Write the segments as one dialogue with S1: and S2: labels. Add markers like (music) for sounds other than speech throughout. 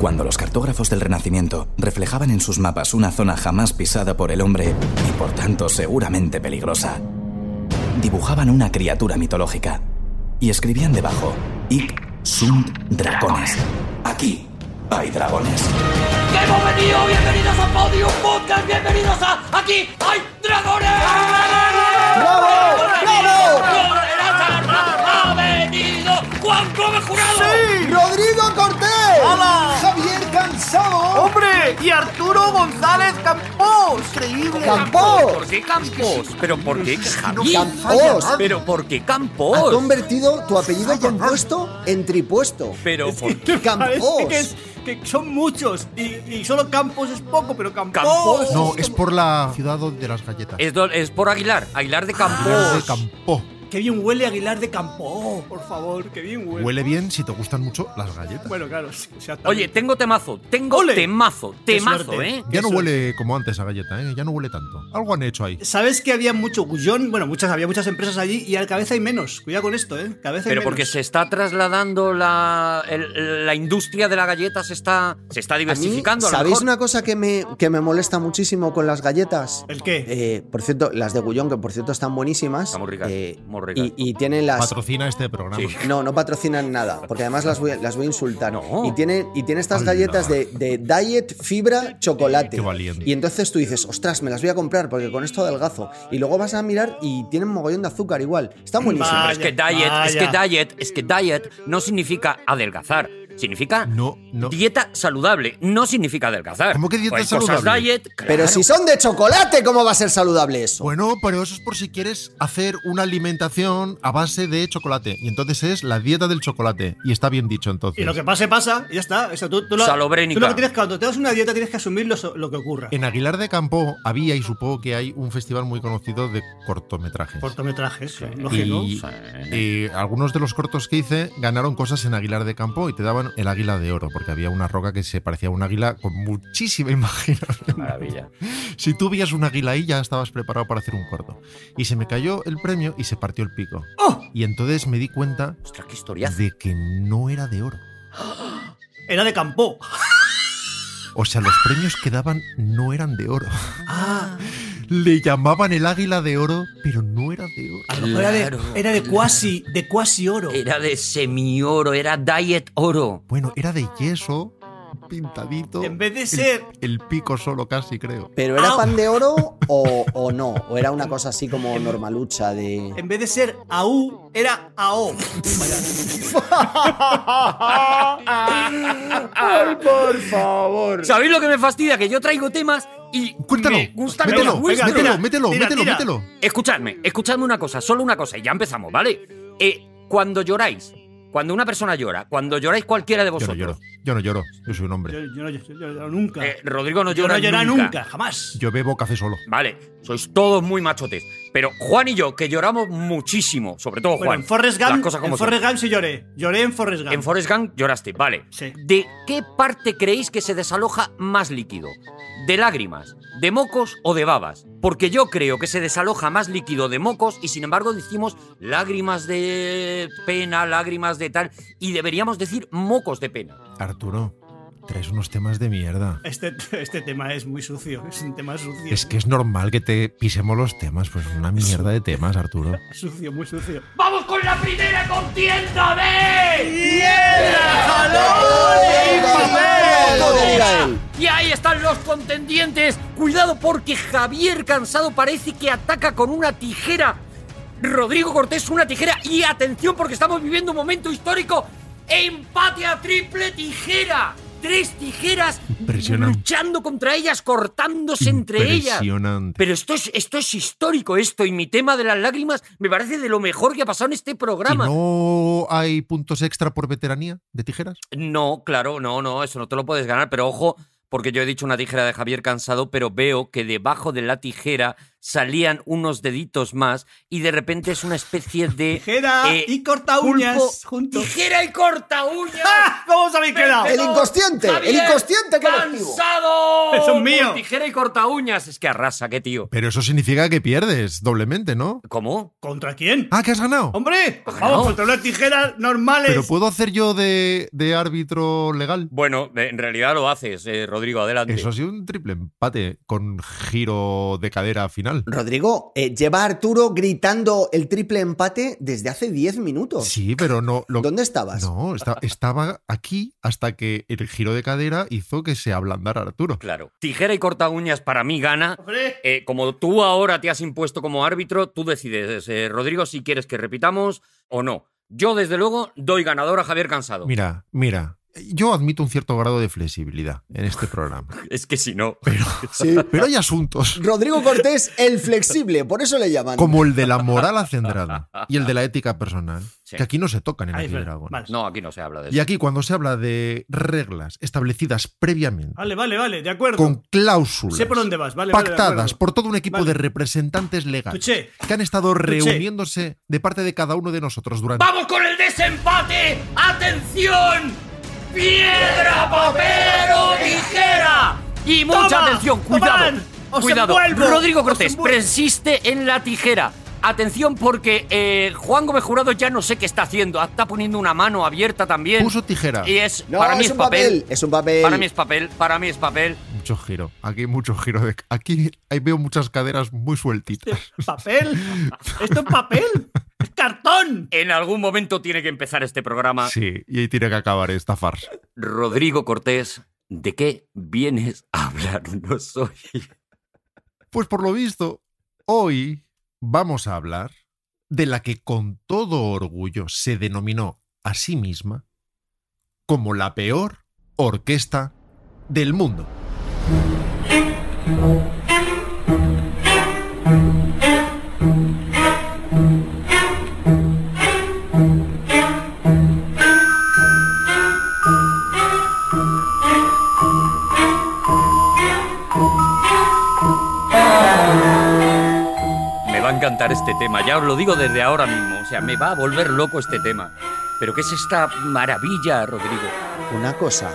S1: Cuando los cartógrafos del Renacimiento reflejaban en sus mapas una zona jamás pisada por el hombre y por tanto seguramente peligrosa, dibujaban una criatura mitológica y escribían debajo: Ic sunt dragones. Aquí hay dragones.
S2: ¡Hemos venido! ¡Bienvenidos a Podium Podcast! ¡Bienvenidos a Aquí hay dragones!
S3: ¡Bravo! ¡Bravo!
S2: ¡Ha venido Juan Gómez Jurado!
S3: ¡Rodrigo Cortés!
S4: ¡Hala!
S3: ¡Javier Cansado!
S4: ¡Hombre! ¡Y Arturo González Campos! ¡Increíble!
S3: ¡Campos!
S5: ¿Por qué Campos? ¿Pero por qué Javi?
S3: ¡Campos!
S5: ¿Pero por qué Campos?
S3: Ha convertido tu apellido compuesto en tripuesto.
S5: ¿Pero por qué
S3: ¡Campos!
S4: Parece que, es- que son muchos y, y solo Campos es poco, pero Campos.
S5: Campos?
S6: No, es por la ciudad de las galletas.
S4: Eh,
S5: Es, do- es por Aguilar, Aguilar de
S6: Aguilar de
S5: Campos.
S6: Campo.
S4: ¡Qué bien huele Aguilar de Campos! Por favor, qué bien huele.
S6: Huele bien si te gustan mucho las galletas.
S4: Bueno, claro, sí, exactamente.
S5: Oye, tengo temazo, tengo
S4: Ah. Ole.
S5: temazo,
S4: Qué
S5: temazo,
S4: suerte.
S5: ¿eh?
S6: ya no
S4: eso-
S6: huele como antes a galleta, ¿eh? Ya no huele tanto. Algo han hecho ahí.
S4: ¿Sabes que había mucho gullón? Bueno, muchas, había muchas empresas allí y cada vez hay menos. Cuidado con esto, ¿eh? Cada vez hay
S5: Pero
S4: menos.
S5: porque se está trasladando la, el- la industria de la galleta, se está, se está
S3: A mí,
S5: diversificando. a lo
S3: ¿sabéis
S5: mejor.
S3: una cosa que me, que me molesta muchísimo con las galletas?
S4: ¿El qué?
S3: Eh, por cierto, las de Gullón, que por cierto están buenísimas.
S5: Están muy ricas,
S3: eh,
S5: muy ricas.
S3: Y, y tienen las.
S6: Patrocina este programa.
S5: Sí.
S3: No, no patrocinan nada, porque además las voy, a- las voy a insultar.
S5: No.
S3: Y tiene, y tiene estas
S6: Anda.
S3: galletas de, de diet, fibra, chocolate.
S6: Qué valiente.
S3: Y entonces tú dices, ostras, me las voy a comprar porque con esto adelgazo. Y luego vas a mirar y tienen mogollón de azúcar igual. Están buenísimas.
S4: Vale.
S5: Es que diet, es que
S4: Vaya.
S5: diet, es que diet no significa adelgazar. Significa
S6: No, no.
S5: dieta saludable, no significa adelgazar. Pues
S6: ¿Cómo que dieta
S5: Hay cosas
S6: saludable?
S5: diet,
S3: Pero
S5: claro.
S3: si son de chocolate, ¿cómo va a ser saludable eso?
S6: Bueno, pero eso es por si quieres hacer una alimentación a base de chocolate. Y entonces es la dieta del chocolate. Y está bien dicho entonces.
S4: Y lo que pase, pasa, y ya está. Eso, tú, tú lo,
S5: Salobrénica.
S4: tú lo que tienes, cuando te das una dieta, tienes que asumir lo, so- lo que ocurra.
S6: En Aguilar de Campo había y supongo que hay un festival muy conocido de cortometrajes.
S4: Cortometrajes, lógico.
S6: y, y algunos de los cortos que hice ganaron cosas en Aguilar de Campo y te daban el águila de oro, porque había una roca que se parecía a un águila con muchísima (laughs) imaginación.
S5: Maravilla.
S6: Si tú veías un águila ahí, ya estabas preparado para hacer un corto. Y se me cayó el premio y se partió el pico.
S4: ¡Oh!
S6: Y entonces me di cuenta
S5: Ostras, qué historiazo.
S6: de que no era de oro.
S4: Era de campo.
S6: O sea, los premios que daban no eran de oro. (laughs) Le llamaban el águila de oro, pero no era de oro.
S4: A lo mejor era de-
S5: Claro.
S4: era de cuasi, de cuasi oro.
S5: Era de semioro, era diet oro.
S6: Bueno, era de yeso, pintadito.
S4: En vez de
S6: el-
S4: ser-
S6: El, pico solo casi, creo.
S3: ¿Pero era
S4: Au.
S3: pan de oro o, o no? ¿O era una cosa así como normalucha de...?
S4: En vez de ser AU, era AO. Vaya.
S3: por favor!
S5: ¿Sabéis lo que me fastidia? Que yo traigo temas y.
S6: Cuéntalo.
S5: Me gustan
S6: mételo,
S5: los vuestros.
S6: mételo,
S4: tira,
S6: mételo,
S4: tira,
S6: mételo,
S4: tira.
S6: mételo.
S5: Escuchadme, escuchadme una cosa, solo una cosa, y ya empezamos, ¿vale? Eh, cuando lloráis, cuando una persona llora, cuando lloráis cualquiera de
S6: Yo no
S5: vosotros.
S6: lloro. Yo no lloro. Yo soy un
S4: Yo,
S6: hombre.
S4: yo no yo- yo no- nunca.
S5: Eh, Rodrigo no
S4: yo
S5: llora
S4: no lloré
S5: nunca.
S4: nunca, jamás.
S6: Yo bebo café solo.
S5: Vale, sois todos muy machotes. Pero Juan y yo, que lloramos muchísimo, sobre todo
S4: Bueno,
S5: Juan.
S4: en Forrest Gump,
S5: las cosas como
S4: en
S5: son.
S4: Forrest Gump sí lloré. Lloré en Forrest Gump.
S5: En Forrest Gump lloraste, vale.
S4: Sí.
S5: ¿De qué parte creéis que se desaloja más líquido? ¿De lágrimas, de mocos o de babas? Porque yo creo que se desaloja más líquido de mocos y sin embargo decimos lágrimas de pena, lágrimas de tal y deberíamos decir mocos de pena.
S6: Arturo, traes unos temas de mierda.
S4: este, este tema es muy sucio. Es un tema sucio.
S6: Es que es normal que te pisemos los temas, pues una mierda de
S5: (laughs)
S6: temas, Arturo.
S4: Sucio, muy sucio.
S2: ¡Vamos con la primera contienda de...
S5: Y ahí están los contendientes. Cuidado porque Javier Cansado parece que ataca con una tijera. Rodrigo Cortés una tijera. Y atención porque estamos viviendo un momento histórico. Empate a triple tijera. Tres tijeras
S6: Impresionante.
S5: luchando contra ellas, cortándose entre ellas.
S6: Impresionante.
S5: Pero esto es, esto es histórico, esto. Y mi tema de las lágrimas me parece de lo mejor que ha pasado en este
S6: ¿Y
S5: programa.
S6: no hay puntos extra por veteranía de tijeras?
S5: No, claro, no, no, eso no te lo puedes ganar, pero ojo, porque yo he dicho una tijera de Javier Cansado, pero veo que debajo de la tijera salían unos deditos más y de repente es
S4: (laughs)
S5: una especie de...
S4: Tijera
S5: eh,
S4: y corta
S5: pulpo-
S4: uñas juntos. (laughs)
S5: Tijera y corta uñas.
S4: ¡Ah! ¿Cómo vamos a la izquierda.
S3: El inconsciente, el inconsciente colectivo.
S5: ¡Cansado!
S4: Eso es
S5: Con
S4: mío.
S5: Tijera y corta uñas. Es que arrasa, qué tío.
S6: Pero eso significa que pierdes doblemente, ¿no?
S5: ¿Cómo?
S4: ¿Contra quién?
S6: Ah, que has ganado.
S4: ¡Hombre!
S5: Ojalá.
S4: Vamos, contra unas tijeras normales.
S6: Pero puedo hacer yo de, de árbitro legal.
S5: Bueno, en realidad lo haces, eh, Rodrigo, adelante.
S6: Eso ha sido un triple empate con giro de cadera final.
S3: Rodrigo, eh, lleva a Arturo gritando el triple empate desde hace 10 minutos.
S6: Sí, pero no. Lo,
S3: ¿Dónde estabas?
S6: No, esta- estaba aquí hasta que el giro de cadera hizo que se ablandara Arturo.
S5: Claro. Tijera y corta uñas para mí gana.
S4: ¡Hombre!
S5: Eh, como tú ahora te has impuesto como árbitro, tú decides, eh, Rodrigo, si quieres que repitamos o no. Yo, desde luego, doy ganador a Javier Cansado.
S6: Mira, mira. Yo admito un cierto grado de flexibilidad en este programa.
S5: Es que si no.
S3: Sí.
S6: Pero hay
S5: (laughs)
S6: asuntos
S3: Rodrigo Cortés, el flexible, por eso le llaman.
S6: como el de la moral acendrada y el de la ética personal,
S5: Sí.
S6: que aquí no se tocan en
S4: Ahí,
S6: Aquí
S4: vale,
S6: Dragón.
S4: vale.
S5: No, aquí no se habla de
S6: Y
S5: eso.
S6: aquí cuando se habla de reglas establecidas previamente,
S4: Vale, vale, vale, de acuerdo.
S6: con cláusulas
S4: Sé por dónde vas, vale. vale, de
S6: pactadas
S4: acuerdo.
S6: por todo un equipo
S4: Vale.
S6: de representantes legales
S4: Tuché.
S6: que han estado
S4: Tuché.
S6: reuniéndose de parte de cada uno de nosotros durante
S2: ¡Vamos con el desempate! ¡Atención! ¡Piedra, papel o tijera!
S5: Y mucha
S4: ¡Toma!
S5: atención,
S4: ¡Toma!
S5: cuidado.
S4: ¡Os
S5: Cuidado.
S4: envuelvo!
S5: Rodrigo
S4: ¡Os
S5: Cortés
S4: envuelvo!
S5: persiste en la tijera. Atención porque eh, Juan Gómez Jurado ya no sé qué está haciendo. Está poniendo una mano abierta también.
S6: puso tijera.
S5: Y es,
S3: No,
S5: para mí
S3: es
S5: es,
S3: un
S5: papel.
S3: papel, Eh. es un papel.
S5: Para mí es papel, para mí es papel.
S6: Mucho giro. Aquí hay mucho giro. De... Aquí ahí veo muchas caderas muy sueltitas.
S4: ¿Papel? ¿Esto es papel? ¡Es cartón!
S5: En algún momento tiene que empezar este programa.
S6: Sí, y ahí tiene que acabar esta farsa.
S5: Rodrigo Cortés, ¿de qué vienes a (laughs) hablarnos hoy?
S6: Pues por lo visto, hoy vamos a hablar de la que con todo orgullo se denominó a sí misma como la peor orquesta del mundo.
S5: Me va a encantar este tema, ya os lo digo desde ahora mismo. O sea, me va a volver loco este tema. Pero ¿qué es esta maravilla, Rodrigo?
S3: Una cosa,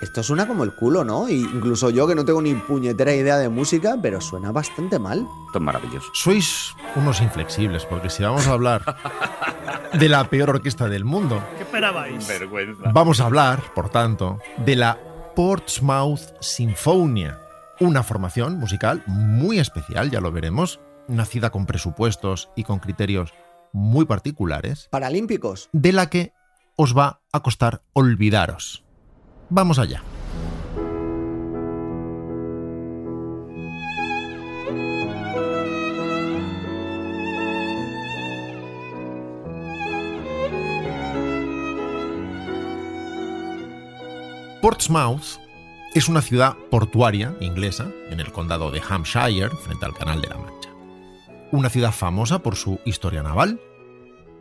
S3: esto suena como el culo, ¿no? Y incluso yo que no tengo ni puñetera idea de música, pero suena bastante mal.
S5: Esto es maravilloso.
S6: Sois unos inflexibles, porque si vamos a hablar
S5: (laughs)
S6: de la peor orquesta del mundo,
S4: ¿Qué esperabais?
S5: Vergüenza.
S6: Vamos a hablar, por tanto, de la Portsmouth Sinfonia, una formación musical muy especial, ya lo veremos, nacida con presupuestos y con criterios muy particulares,
S3: Paralímpicos.
S6: de la que os va a costar olvidaros. Vamos allá. Portsmouth es una ciudad portuaria inglesa en el condado de Hampshire, frente al Canal de la Mancha. Una ciudad famosa por su historia naval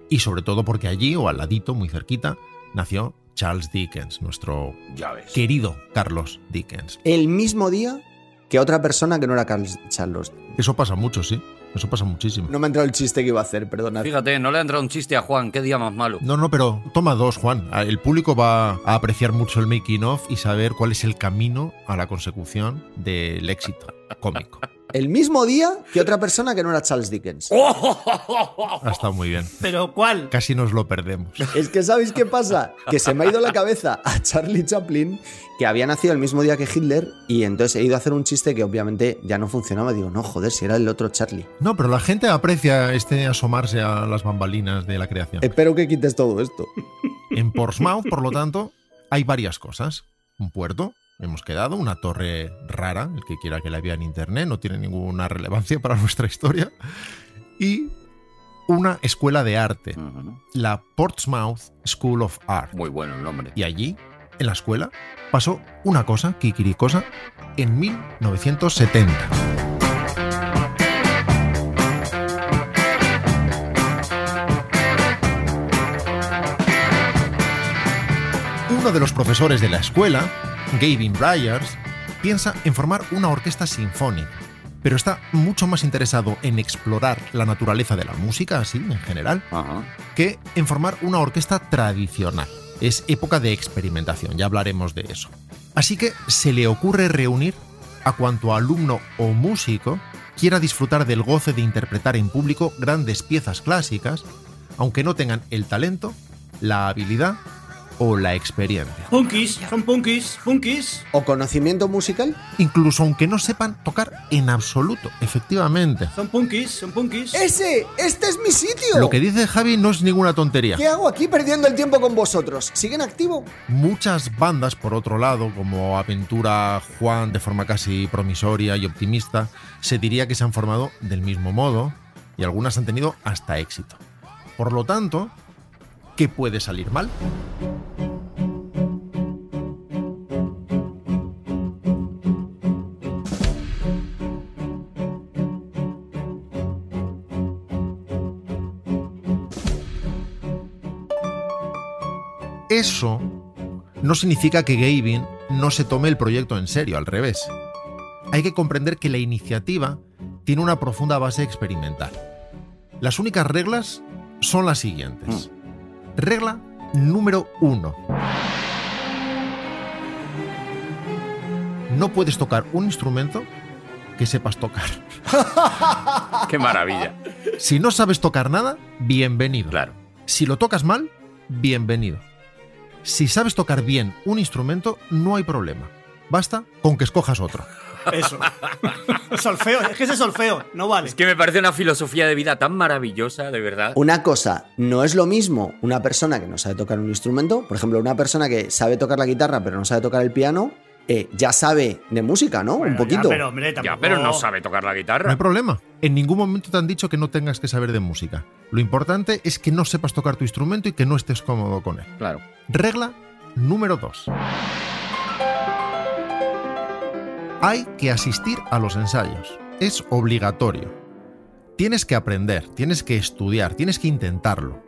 S6: y sobre todo porque allí, o al ladito, muy cerquita, nació Charles Dickens, nuestro
S5: Ya ves.
S6: querido Carlos Dickens.
S3: El mismo día que otra persona que no era Carl Charles.
S6: Eso pasa mucho, sí. Eso pasa muchísimo.
S3: No me ha entrado el chiste que iba a hacer, perdonad.
S5: Fíjate, no le ha entrado un chiste a Juan, qué día más malo.
S6: No, no, pero toma dos, Juan. Ah, El público va a apreciar mucho el making of y saber cuál es el camino a la consecución del éxito cómico.
S3: El mismo día que otra persona que no era Charles Dickens.
S6: Ha estado muy bien.
S4: ¿Pero cuál?
S6: Casi nos lo perdemos.
S3: Es que ¿sabéis qué pasa? Que se me ha ido la cabeza a Charlie Chaplin, que había nacido el mismo día que Hitler, y entonces he ido a hacer un chiste que obviamente ya no funcionaba. Digo, no, joder, si era el otro Charlie.
S6: No, pero la gente aprecia este asomarse a las bambalinas de la creación.
S3: Espero que quites todo esto.
S6: En Portsmouth, por lo tanto, hay varias cosas. Un puerto, hemos quedado, una torre rara, el que quiera que la vea en internet, no tiene ninguna relevancia para nuestra historia. Y una escuela de arte,
S5: Ujú.
S6: la Portsmouth School of Art.
S5: Muy bueno el nombre.
S6: Y allí, en la escuela, pasó una cosa, Kikirikosa, en 1970. Uno de los profesores de la escuela, Gavin Bryars, piensa en formar una orquesta sinfónica, pero está mucho más interesado en explorar la naturaleza de la música, así en general,
S5: Ajá.
S6: que en formar una orquesta tradicional. es época de experimentación, ya hablaremos de eso. Así que se le ocurre reunir a cuanto alumno o músico quiera disfrutar del goce de interpretar en público grandes piezas clásicas, aunque no tengan el talento, la habilidad o la experiencia.
S4: Punkis, son punkis, punkis.
S3: ¿O conocimiento musical?
S6: Incluso aunque no sepan tocar en absoluto, efectivamente.
S4: Son punkis, son punkis.
S3: ¡Ese! ¡Este es mi sitio!
S6: Lo que dice Javi no es ninguna tontería.
S3: ¿Qué hago aquí perdiendo el tiempo con vosotros? ¿Siguen activo?
S6: Muchas bandas, por otro lado, como Aventura Juan, de forma casi promisoria y optimista, se diría que se han formado del mismo modo y algunas han tenido hasta éxito. Por lo tanto, ¿qué puede salir mal? Eso no significa que Gavin no se tome el proyecto en serio, al revés. Hay que comprender que la iniciativa tiene una profunda base experimental. Las únicas reglas son las siguientes. Regla número uno. No puedes tocar un instrumento que sepas tocar. (laughs)
S7: Qué maravilla.
S6: Si no sabes tocar nada, bienvenido.
S7: Claro.
S6: Si lo tocas mal, bienvenido. Si sabes tocar bien un instrumento, no hay problema. Basta con que escojas otro.
S4: Eso. solfeo, es que ese solfeo no vale.
S5: Es que me parece una filosofía de vida tan maravillosa, de verdad.
S3: Una cosa, no es lo mismo una persona que no sabe tocar un instrumento, por ejemplo, una persona que sabe tocar la guitarra pero no sabe tocar el piano, eh, ya sabe de música, ¿no?
S4: Bueno,
S3: Un
S4: ya,
S3: poquito.
S4: pero, hombre,
S5: Ya,
S4: tampoco-
S5: pero no sabe tocar la
S6: No hay
S5: guitarra.
S6: problema. En ningún momento te han dicho que no tengas que saber de música. Lo importante es que no sepas tocar tu instrumento y que no estés cómodo con él.
S5: Claro.
S6: Regla número 2. Hay que asistir a los ensayos. Es obligatorio. Tienes que aprender, tienes que estudiar, tienes que intentarlo.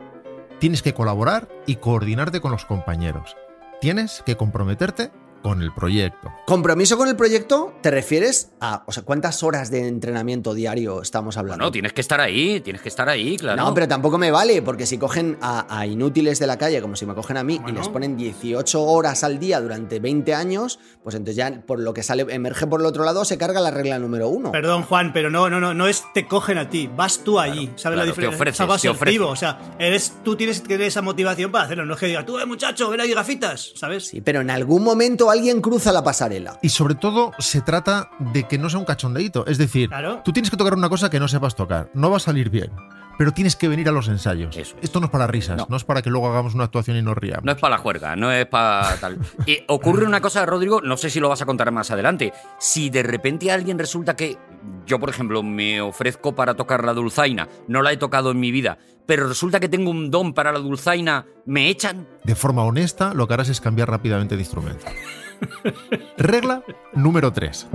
S6: Tienes que colaborar y coordinarte con los compañeros. Tienes que comprometerte con el proyecto.
S3: Compromiso con el proyecto, ¿te refieres a, o sea, cuántas horas de entrenamiento diario estamos hablando?
S5: No, tienes que estar ahí, tienes que estar ahí, claro.
S3: No, pero tampoco me vale, porque si cogen a, a inútiles de la calle, como si me cogen a mí, y
S4: Bueno.
S3: les ponen 18 horas al día durante 20 años, pues entonces ya por lo que sale, emerge por el otro lado, se carga la regla número uno.
S4: Perdón, Juan, pero no, no, no, no es te cogen a ti, vas tú allí. ¿Sabes la
S5: claro, te
S4: diferencia?
S5: ofreces,
S4: Es algo
S5: te
S4: asertivo, o sea, eres, tú tienes que tener esa motivación para hacerlo. No es que digas, tú, eh, muchacho, ven ahí gafitas, ¿sabes?
S3: Sí, pero en algún momento alguien cruza la pasarela.
S6: Y sobre todo se trata de que no sea un cachondeíto. Es decir,
S4: Claro.
S6: tú tienes que tocar una cosa que no sepas tocar. No va a salir bien. Pero tienes que venir a los ensayos.
S5: Eso es.
S6: Esto no es para risas, no.
S5: No.
S6: es para que luego hagamos una actuación y nos riamos.
S5: No es para la juerga, no es para tal. Y ocurre una cosa, Rodrigo, no sé si lo vas a contar más adelante. Si de repente alguien resulta que yo, por ejemplo, me ofrezco para tocar la dulzaina, no la he tocado en mi vida, pero resulta que tengo un don para la dulzaina, ¿me echan?
S6: De forma honesta, lo que harás es cambiar rápidamente de instrumento. Regla número 3.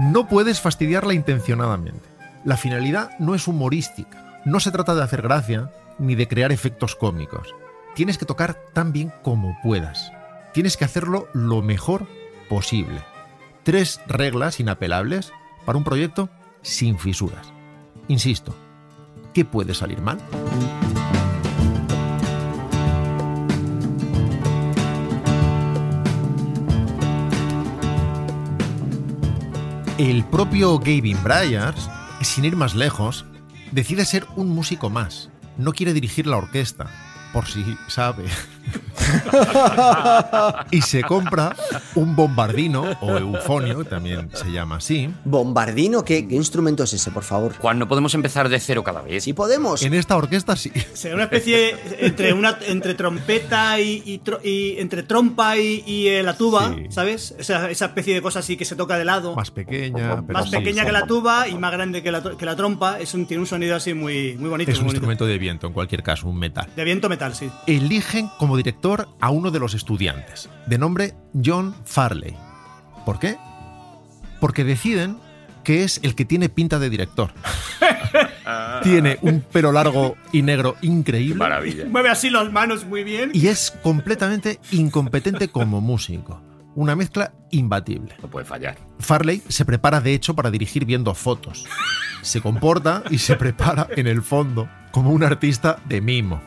S6: No puedes fastidiarla intencionadamente. La finalidad no es humorística. No se trata de hacer gracia ni de crear efectos cómicos. Tienes que tocar tan bien como puedas. Tienes que hacerlo lo mejor posible. Tres reglas inapelables para un proyecto sin fisuras. Insisto, ¿qué puede salir mal? El propio Gavin Bryars, sin ir más lejos, decide ser un músico más. No quiere dirigir la orquesta, por si sabe. (laughs) y se compra un bombardino o eufonio, que también se llama así.
S3: ¿Bombardino? ¿Qué, qué instrumento es ese, por favor?
S5: Juan, no podemos empezar de cero cada vez.
S3: Si podemos.
S6: En esta orquesta sí.
S4: Será una especie entre una entre trompeta y, y tro- y entre trompa y, y, eh, la tuba,
S6: Sí.
S4: ¿sabes? Esa, esa especie de cosa así que se toca de lado.
S6: Más pequeña, pero
S4: Más
S6: sí.
S4: pequeña que la tuba y más grande que la, to- que la trompa. Es un, tiene un sonido así muy, muy bonito.
S6: Es un
S4: muy bonito.
S6: instrumento de viento, en cualquier caso, un metal.
S4: De viento metal, sí.
S6: eligen como director a uno de los estudiantes, de nombre John Farley. ¿Por qué? Porque deciden que es el que tiene pinta de director. tiene un pelo largo y negro increíble
S7: Maravilla.
S4: Mueve así las manos muy bien.
S6: y es completamente incompetente como músico. Una mezcla imbatible.
S7: No puede fallar.
S6: Farley se prepara de hecho para dirigir viendo fotos. se comporta y se prepara en el fondo como un artista de mimo.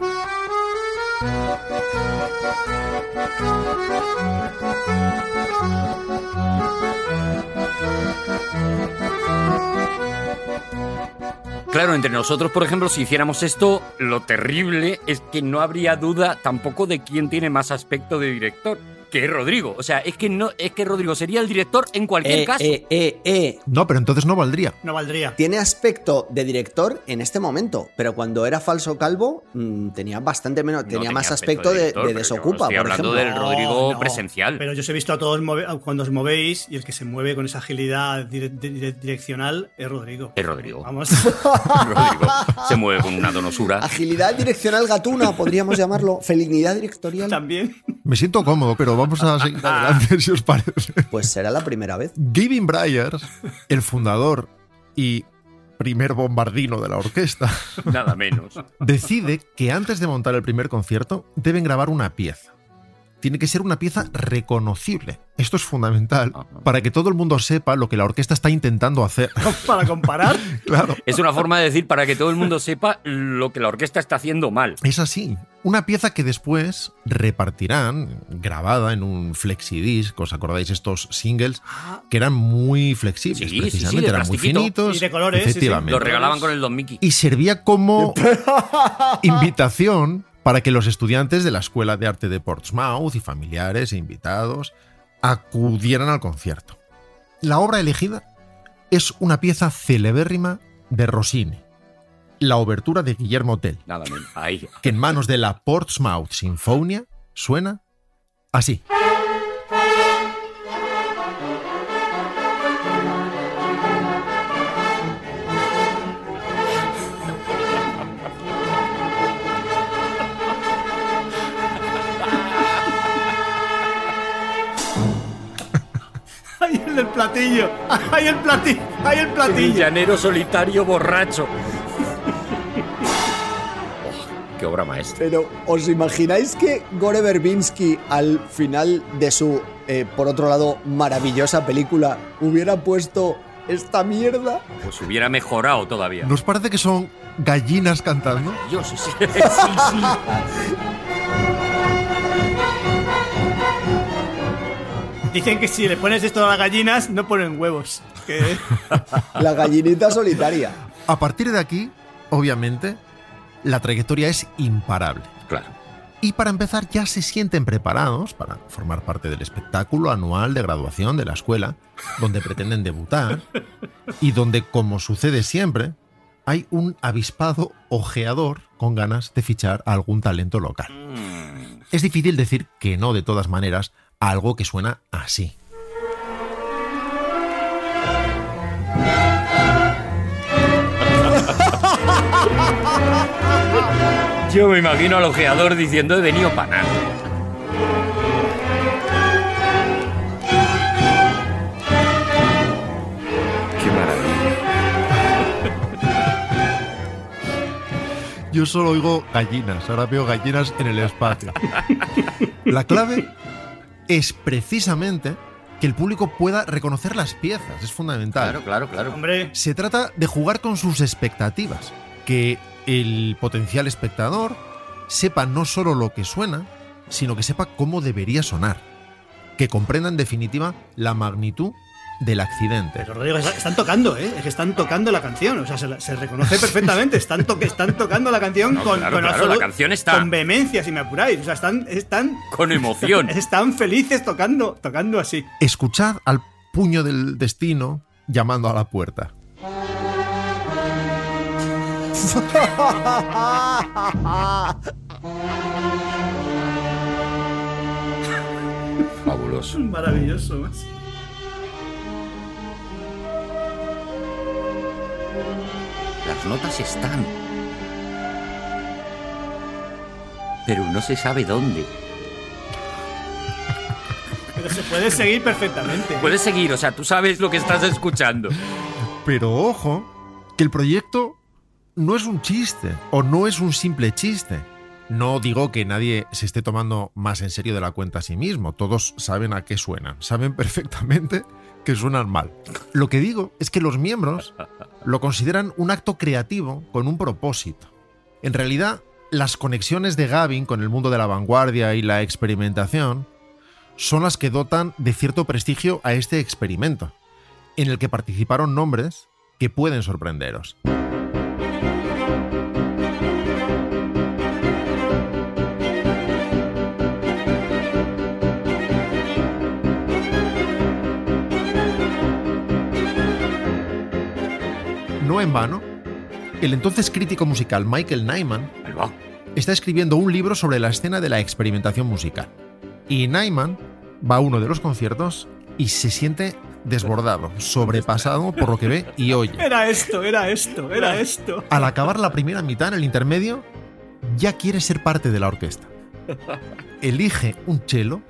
S5: Claro, entre nosotros, por ejemplo, si hiciéramos esto, lo terrible es que no habría duda tampoco de quién tiene más aspecto de director, que es Rodrigo. O sea, es que no, es que Rodrigo sería el director en cualquier
S3: Eh,
S5: caso.
S3: eh, eh, eh.
S6: No, pero entonces no valdría.
S4: No valdría.
S3: Tiene aspecto de director en este momento, pero cuando era falso calvo mm, tenía bastante menos,
S5: No
S3: tenía, más aspecto,
S5: aspecto de
S3: de,
S5: director,
S3: de
S5: pero yo
S3: desocupa.
S5: estoy
S3: por
S5: hablando
S3: ejemplo.
S5: del Rodrigo presencial.
S4: Pero yo os he visto a todos move- cuando os movéis y el que se mueve con esa agilidad dire- dire- direccional es Rodrigo.
S5: Es Rodrigo.
S4: Vamos.
S5: (laughs)
S4: (laughs)
S5: Rodrigo se mueve con una donosura.
S3: Agilidad direccional gatuna, podríamos
S5: (laughs)
S3: llamarlo. Felicidad directorial.
S4: También. (laughs)
S6: Me siento cómodo, pero vamos a seguir adelante (laughs) si os parece.
S3: Pues será la primera vez.
S6: Gavin Bryars, el fundador y primer bombardino de la orquesta,
S5: Nada menos.
S6: decide que antes de montar el primer concierto deben grabar una pieza. Tiene que ser una pieza reconocible. Esto es fundamental
S5: Ajá.
S6: para que todo el mundo sepa lo que la orquesta está intentando hacer.
S4: Para comparar.
S6: Claro,
S5: Es una forma de decir para que todo el mundo sepa lo que la orquesta está haciendo mal.
S6: es así. Una pieza que después repartirán grabada en un flexidisc. ¿Os acordáis estos singles que eran muy flexibles?
S5: Sí, sí, sí,
S6: precisamente
S5: de
S6: eran muy
S5: plastiquito.
S6: finitos.
S4: Y de colores, sí, sí.
S6: Efectivamente.
S5: Lo regalaban con el Don Mickey.
S6: y servía como (laughs) invitación para que los estudiantes de la Escuela de Arte de Portsmouth y familiares e invitados acudieran al concierto. La obra elegida es una pieza celebérrima de Rossini, la obertura de Guillermo Tell,
S5: Nada menos.
S3: (laughs)
S5: Ahí.
S6: que en manos de la Portsmouth Sinfonia suena
S4: (laughs)
S6: así.
S4: Hay el del platillo. Hay el platillo. Hay el platillo.
S5: Villanero solitario borracho. Oh, qué obra maestra.
S3: Pero, ¿os imagináis que Gore Verbinski al final de su, eh, por otro lado, maravillosa película hubiera puesto esta mierda?
S5: Pues hubiera mejorado todavía.
S6: ¿Nos parece que son gallinas cantando?
S5: Yo
S3: (laughs)
S5: sí, sí. Sí, sí.
S4: Dicen que si le pones esto a las gallinas, no ponen huevos.
S5: (laughs)
S4: Que-
S3: La gallinita solitaria.
S6: A partir de aquí, obviamente, la trayectoria es imparable.
S5: Claro.
S6: Y para empezar ya se sienten preparados para formar parte del espectáculo anual de graduación de la escuela, donde pretenden debutar y donde, como sucede siempre, hay un avispado ojeador con ganas de fichar a algún talento local.
S5: Mm.
S6: Es difícil decir que no de todas maneras a algo que suena así.
S5: Yo me imagino al ojeador diciendo he venido para nada.
S7: Qué maravilla.
S6: Yo solo oigo gallinas, ahora veo gallinas en el espacio. La clave es precisamente que el público pueda reconocer las piezas, es fundamental.
S5: claro, claro.
S4: Hombre,
S6: Se trata de jugar con sus expectativas, que el potencial espectador sepa no solo lo que suena, sino que sepa cómo debería sonar, que comprenda en definitiva la magnitud del accidente.
S4: Pero Rodrigo, está- están tocando, ¿eh? Es que están tocando la canción. O sea, se, la- se reconoce perfectamente. Están, toque- están tocando la canción
S5: No,
S4: con,
S5: claro,
S4: con
S5: claro,
S4: absolu-
S5: la canción está.
S4: Con vehemencia, si me apuráis. O sea, están, están,
S5: Con
S4: (laughs)
S5: emoción.
S4: están felices tocando, tocando así.
S6: Escuchad al puño del destino llamando a la puerta.
S5: Fabuloso.
S4: Maravilloso.
S5: Las notas están. Pero no se sabe dónde.
S4: Pero se puede seguir perfectamente.
S5: Puedes seguir, o sea, tú sabes lo que estás escuchando.
S6: Pero ojo, que el proyecto no es un chiste o no es un simple chiste. No digo que nadie se esté tomando más en serio de la cuenta a sí mismo. Todos saben (laughs) a qué suenan. Saben perfectamente que suenan mal. Lo que digo es que los miembros lo consideran un acto creativo con un propósito. En realidad, las conexiones de Gavin con el mundo de la vanguardia y la experimentación son las que dotan de cierto prestigio a este experimento, en el que participaron nombres que pueden sorprenderos. No en vano, el entonces crítico musical Michael Nyman
S7: Ahí va.
S6: está escribiendo un libro sobre la escena de la experimentación musical. Y Nyman va a uno de los conciertos y se siente desbordado, sobrepasado por lo que ve y oye.
S4: Era esto, era esto, era esto.
S6: Al acabar la primera mitad en el intermedio, ya quiere ser parte de la orquesta. Elige un cello,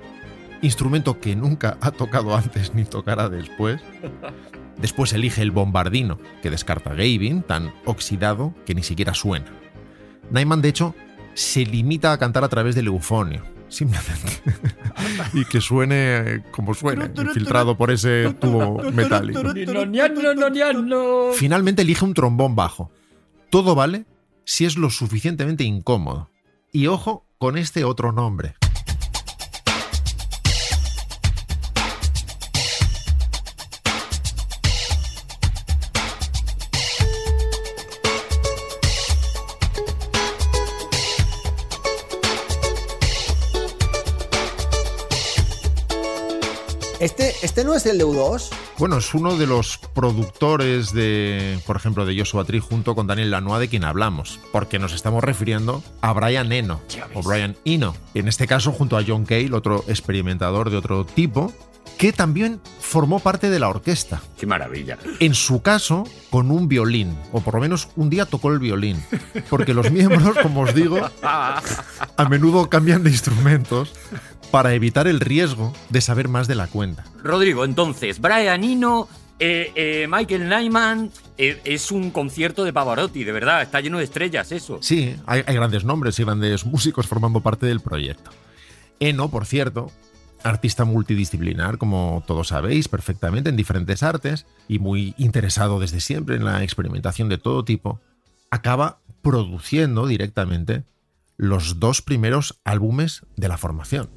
S6: instrumento que nunca ha tocado antes ni tocará después. Después elige el bombardino, que descarta Gavin, tan oxidado que ni siquiera suena. Naiman, de hecho, se limita a cantar a través del eufonio, (laughs) simplemente. y que suene como suene, filtrado por ese tubo metálico. Finalmente elige un trombón bajo. Todo vale si es lo suficientemente incómodo. Y ojo con este otro nombre.
S3: (laughs) Este, este no es el de U2.
S6: Bueno, es uno de los productores de, por ejemplo, de Joshua Tree junto con Daniel Lanois, de quien hablamos, porque nos estamos refiriendo a Brian Eno o Brian Eno. En este caso, junto a John Cale, otro experimentador de otro tipo, que también formó parte de la orquesta.
S7: Qué maravilla.
S6: En su caso, con un violín, o por lo menos un día tocó el violín, porque los miembros, como os digo,
S5: Ah,
S6: a menudo cambian de instrumentos para evitar el riesgo de saber más de la cuenta.
S5: Rodrigo, entonces, Brian Eno, eh, eh, Michael Nyman, eh, es un concierto de Pavarotti, de verdad, está lleno de estrellas eso.
S6: Sí, hay, hay grandes nombres y grandes músicos formando parte del proyecto. Eno, por cierto, artista multidisciplinar, como todos sabéis perfectamente, en diferentes artes y muy interesado desde siempre en la experimentación de todo tipo, acaba produciendo directamente los dos primeros álbumes de la formación.